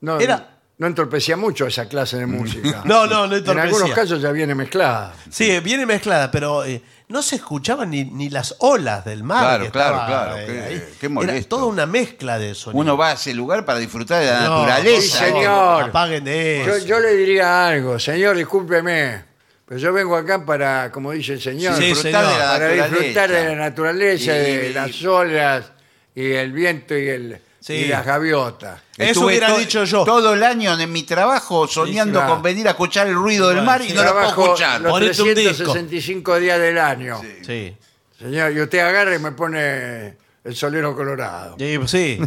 no,
Era-
no entorpecía mucho esa clase de música.
No, no, no
En algunos
entorpecía.
casos ya viene mezclada.
Sí, eh, viene mezclada, pero eh, no se escuchaban ni, ni las olas del mar.
Claro,
que
claro,
estaba,
claro,
eh,
qué-
ahí.
qué molesto.
Era toda una mezcla de sonido.
Uno va a ese lugar para disfrutar de la
No,
naturaleza.
sí,
por favor,
señor.
Apaguen de
Yo,
eso.
yo le diría algo, señor, discúlpeme, pero yo vengo acá para, como dice el señor,
Sí,
disfrutar
señor.
de la
para
naturaleza.
disfrutar de la naturaleza,
Y-
de las olas y el viento y, el,
Sí.
y las gaviotas.
Eso hubiera dicho yo.
Todo el año en mi trabajo soñando
claro.
con venir a escuchar el ruido del
Bueno,
mar y
sí.
no lo puedo
Trabajo
escuchar.
los
Ponete un disco.
365 días del año.
Sí.
Señor, y usted agarra y me pone el solero colorado.
Sí, pues sí.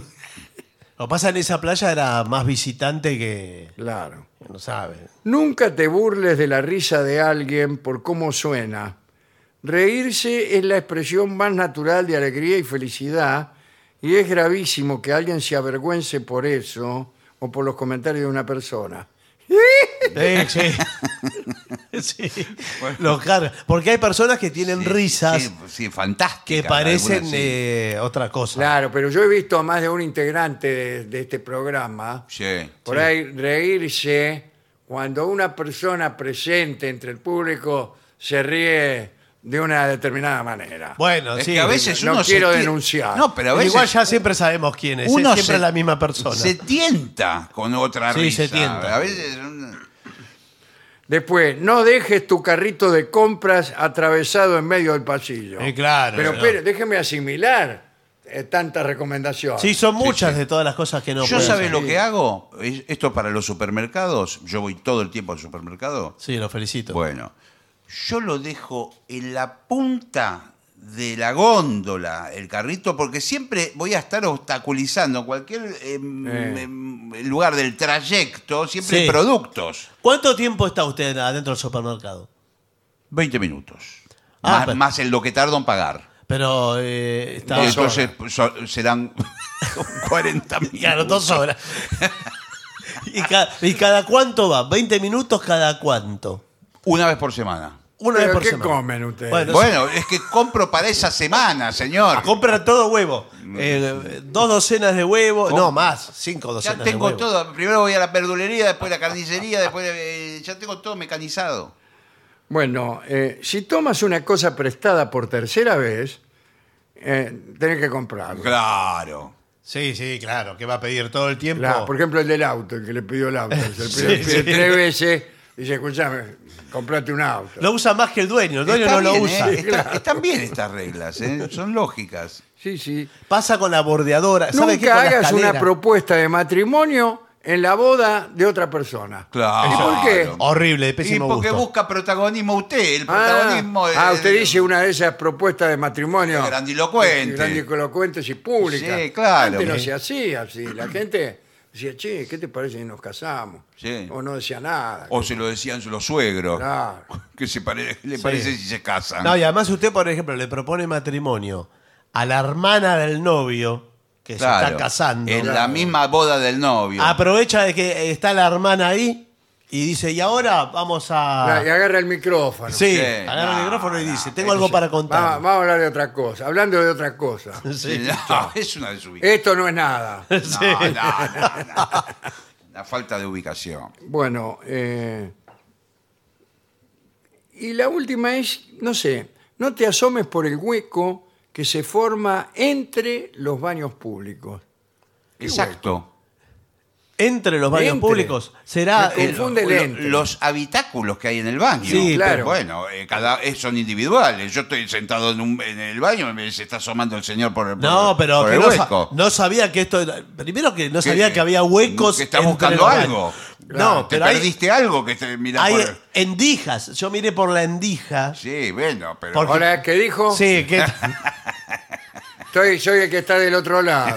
Lo que pasa en esa playa era más visitante que.
Claro.
No sabe.
Nunca te burles de la risa de alguien por cómo suena. Reírse es la expresión más natural de alegría y felicidad y es gravísimo que alguien se avergüence por eso o por los comentarios de una persona.
Sí, sí. Sí. Los carga. Porque hay personas que tienen risas
Sí, sí,
que
fantásticas.
parecen
algunas, sí.
eh, otra cosa.
Claro, pero yo he visto a más de un integrante de, de este programa
Sí.
por ahí reírse cuando una persona presente entre el público se ríe de una determinada manera.
Bueno,
Es
sí.
que a veces
no
uno se
quiero
tie-
denunciar.
No, pero a veces
Igual ya siempre sabemos quién es.
uno
es siempre
se-
la misma persona.
se tienta con otra
Sí,
risa.
se tienta.
A veces un-
Después, no dejes tu carrito de compras atravesado en medio del pasillo.
Eh, claro,
Pero,
no.
espere, déjeme asimilar eh, tantas recomendaciones.
Sí, son muchas de todas las cosas que no
Yo
pueden
sabe
ser.
lo que hago, Es- esto para los supermercados, yo voy todo el tiempo al supermercado.
Sí, lo felicito.
Bueno, yo lo dejo en la punta de la góndola, el carrito, porque siempre voy a estar obstaculizando cualquier em, em, lugar del trayecto, siempre
Sí.
hay productos.
¿Cuánto tiempo está usted adentro del supermercado?
20 minutos.
Ah,
más,
pero-
más en lo que tardo en pagar.
Pero eh, está.
Y entonces so- serán 40 minutos.
Claro, dos horas. ¿Y, ca- ¿Y cada cuánto va? ¿20 minutos cada cuánto?
Una vez por semana.
Una vez
¿Pero
por
qué
semana.
comen ustedes?
Bueno,
Bueno, es que compro para esa semana, señor.
Compra todo huevo. Eh, dos docenas de huevo. No, más. Cinco
Ya
docenas de
tengo
huevo.
todo. Primero voy a la verdulería, después la carnicería, después eh, ya tengo todo mecanizado.
Bueno, eh, si tomas una cosa prestada por tercera vez, eh, tenés que comprarla.
Claro.
Sí, sí, claro. Que va a pedir todo el tiempo.
La- por ejemplo, el del auto, el que le pidió el auto. Se le pide,
Sí,
pide
sí.
tres veces y dice, escuchame, comprate un auto.
Lo usa más que el dueño. El dueño
Está
no lo
bien,
usa.
¿eh? Está- están bien estas reglas, ¿eh? son lógicas.
Sí, sí.
Pasa con la bordeadora. ¿Sabe qué?
Nunca
Con la
hagas una
escalera.
propuesta de matrimonio en la boda de otra persona.
Claro.
¿Y por qué?
Horrible, de
Y
pésimo
porque
gusto.
busca protagonismo usted, el
Ah,
protagonismo es-
ah, usted dice una de esas propuestas de matrimonio.
Grandilocuente.
Grandilocuentes y públicas.
Sí, claro.
Antes no
Sí.
se hacía así. La gente decía, che, ¿qué te parece si nos casamos?
Sí.
O no decía nada.
O se lo decían los suegros.
Claro.
Que se pare- le parece si se casan.
No, y además usted, por ejemplo, le propone matrimonio a la hermana del novio que se
Claro.
está casando. Ah,
En la misma boda del novio.
Aprovecha de que está la hermana ahí y dice, y ahora vamos
Ah,
a...
Y agarra el micrófono.
Sí,
Sí,
agarra
no,
el micrófono y dice,
no,
tengo algo para
Va-
contar.
vamos a hablar de otra cosa. Hablando de otra cosa.
Sí,
Sí. Eh.
no, es una desubicación.
Esto no es nada.
No, no, no, no. Una falta de ubicación.
Bueno, eh, y la última es, no sé, no te asomes por el hueco que se forma entre los baños públicos.
Exacto.
Entre los baños
Entre.
públicos será...
Me
el-
confunde el
Lo-
entre.
los habitáculos que hay en el baño.
Sí,
Pero
claro.
Bueno, eh, cada, eh, son individuales. Yo estoy sentado en, un- en el baño y me- se está asomando el señor por el por-
No, pero
por
que
el
no, sa-
hueco.
no sabía que esto... era- Primero que no
Que-
sabía que había huecos...
Que está
entre
buscando
los baños.
algo.
No,
¿Te
pero hay,
perdiste algo que te mirá
hay
por-
endijas. Yo miré por la endija. Sí,
Sí, bueno, pero.
Porque-
Ahora, ¿qué dijo?
que,
Estoy, soy el que está del otro lado.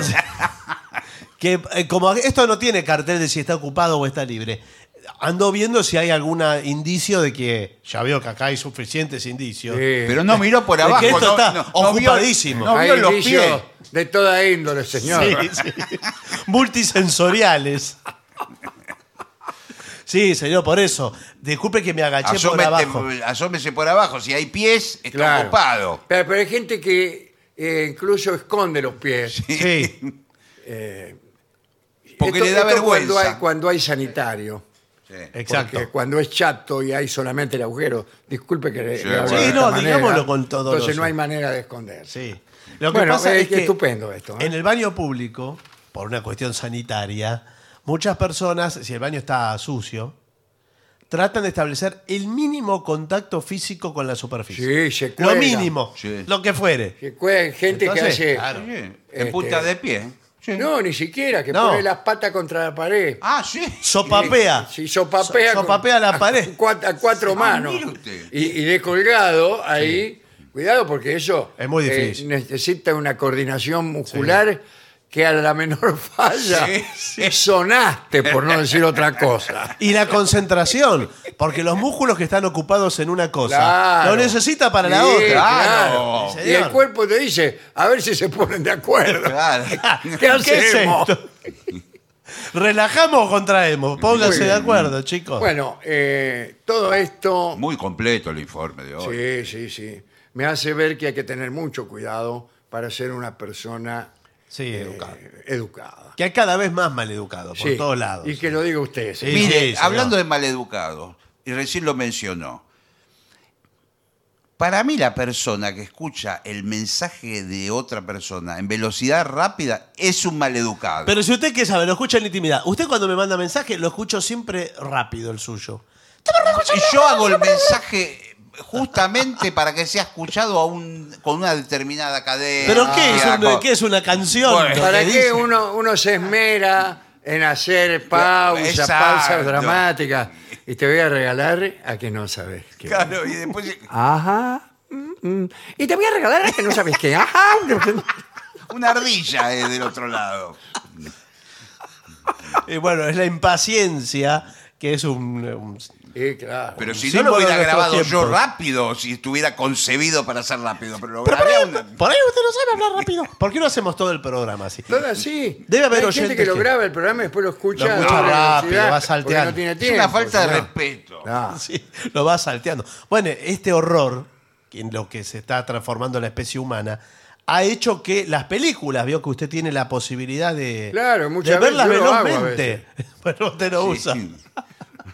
que, eh, como esto no tiene cartel de si está ocupado o está libre. Ando viendo si hay algún indicio de que ya veo que acá hay suficientes indicios.
Sí.
Pero no miró por
Es que
abajo.
esto
no-
está
no- no vio-
ocupadísimo.
No vio,
Hay
los
indicios
pies.
de toda índole, señor.
Sí, sí. Multisensoriales. Sí, señor, por eso. Disculpe que Ah, me agaché por
Asómete-
abajo.
asómese por abajo. Si hay pies, está
Claro.
ocupado.
Pero, pero hay gente que eh, incluso esconde los pies.
Sí,
Porque
Esto-
le da
esto
vergüenza.
Cuando hay, cuando hay sanitario.
Sí.
exacto.
Porque cuando es chato y hay solamente el agujero, disculpe que le,
Sí,
le hable
sí,
de
no,
esta manera,
digámoslo con todo
Entonces
lo-
no hay manera de esconderse.
Sí. Lo que
Bueno,
pasa
eh,
es
qué
que
estupendo esto, ¿eh?
En el baño público, por una cuestión sanitaria, muchas personas, si el baño está sucio, tratan de establecer el mínimo contacto físico con la superficie.
Sí, se
Lo
cuelgan.
mínimo,
Sí.
lo que fuere.
Que cue- gente
Entonces,
que hace.
claro.
Sí, en
Este-
punta de pie. Sí.
No, ni siquiera, que
No.
pone las patas contra la pared.
Ah, sí.
Sopapea.
Si sopapea.
So-
con-
sopapea la
a-
pared. Ah,
cuat- A, cuatro manos.
mire usted.
Y, y de colgado ahí. Cuidado, porque eso.
Es muy
eh,
difícil.
necesita una coordinación muscular que a la menor falla
Sí, sí.
sonaste, por no decir otra cosa.
Y la concentración, porque los músculos que están ocupados en una cosa,
Claro.
lo necesita para la
Sí,
otra. Ah,
claro.
claro.
Sí,
Y el
señor.
cuerpo te dice, a ver si se ponen de acuerdo.
Claro.
¿Qué
es
hacemos?
esto? ¿Relajamos o contraemos? Pónganse de acuerdo, chicos.
Bueno, eh, todo esto...
Muy completo el informe de hoy.
Sí, sí, sí. Me hace ver que hay que tener mucho cuidado para ser una persona
sí,
eh, educada.
Que hay cada vez más maleducados por
Sí.
todos lados.
Y que lo diga usted.
Sí,
señor.
Mire,
sí, señor.
hablando de maleducados, y recién lo mencionó, para mí la persona que escucha el mensaje de otra persona en velocidad rápida es un maleducado.
Pero si usted qué sabe, lo escucha en intimidad. Usted cuando me manda mensaje, lo escucho siempre rápido el suyo.
Y yo hago el mensaje justamente para que sea escuchado a un, con una determinada cadena.
¿Pero qué, es un-
con-
qué es una canción?
Bueno.
lo que
Ah, ¿Para
dice?
qué uno, uno se esmera en hacer pausas,
Exacto.
pausas dramáticas? Y te voy a regalar a que no sabes qué.
Claro, y después
Ajá. mm, mm. Y te voy a regalar a que no sabes qué. Ajá.
una ardilla es del otro lado.
Y bueno, es la impaciencia que es un, un
Sí, claro.
Pero si no
símbolo
lo hubiera
de nuestros
grabado yo
tiempos.
rápido, si estuviera concebido para ser rápido, pero lo
Pero por
grabé a
ahí,
una-
por ahí usted no sabe hablar rápido. ¿Por qué no hacemos todo el programa así?
Todo así.
Debe haber
Hay gente
oyentes
que lo
que-
graba el programa y después lo escucha.
Lo escucha
a la
rápido,
velocidad,
va salteando.
porque No tiene
Es
tiempo,
una falta de
¿sabes?
respeto.
Claro.
Sí, lo va salteando. Bueno, este horror, que en lo que se está transformando la especie humana, ha hecho que las películas, vio que usted tiene la posibilidad de,
Claro, muchas
de
veces
verlas
yo lo hago a
velozmente. Pero usted no usa.
Sí.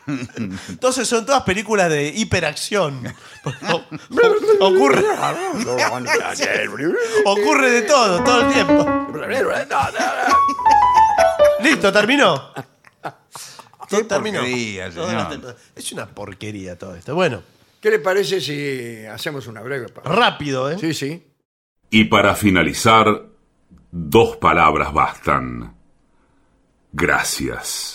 Entonces son todas películas de hiperacción. Pues, O- ocurre, ocurre de todo, todo el tiempo. Listo, terminó.
Qué
Todo terminó.
porquería,
Todo
señor.
la- Es una porquería todo esto. Bueno,
¿Qué le parece si hacemos una breve pausa?
rápido, ¿eh?
Sí, sí.
Y para finalizar, dos palabras bastan. Gracias.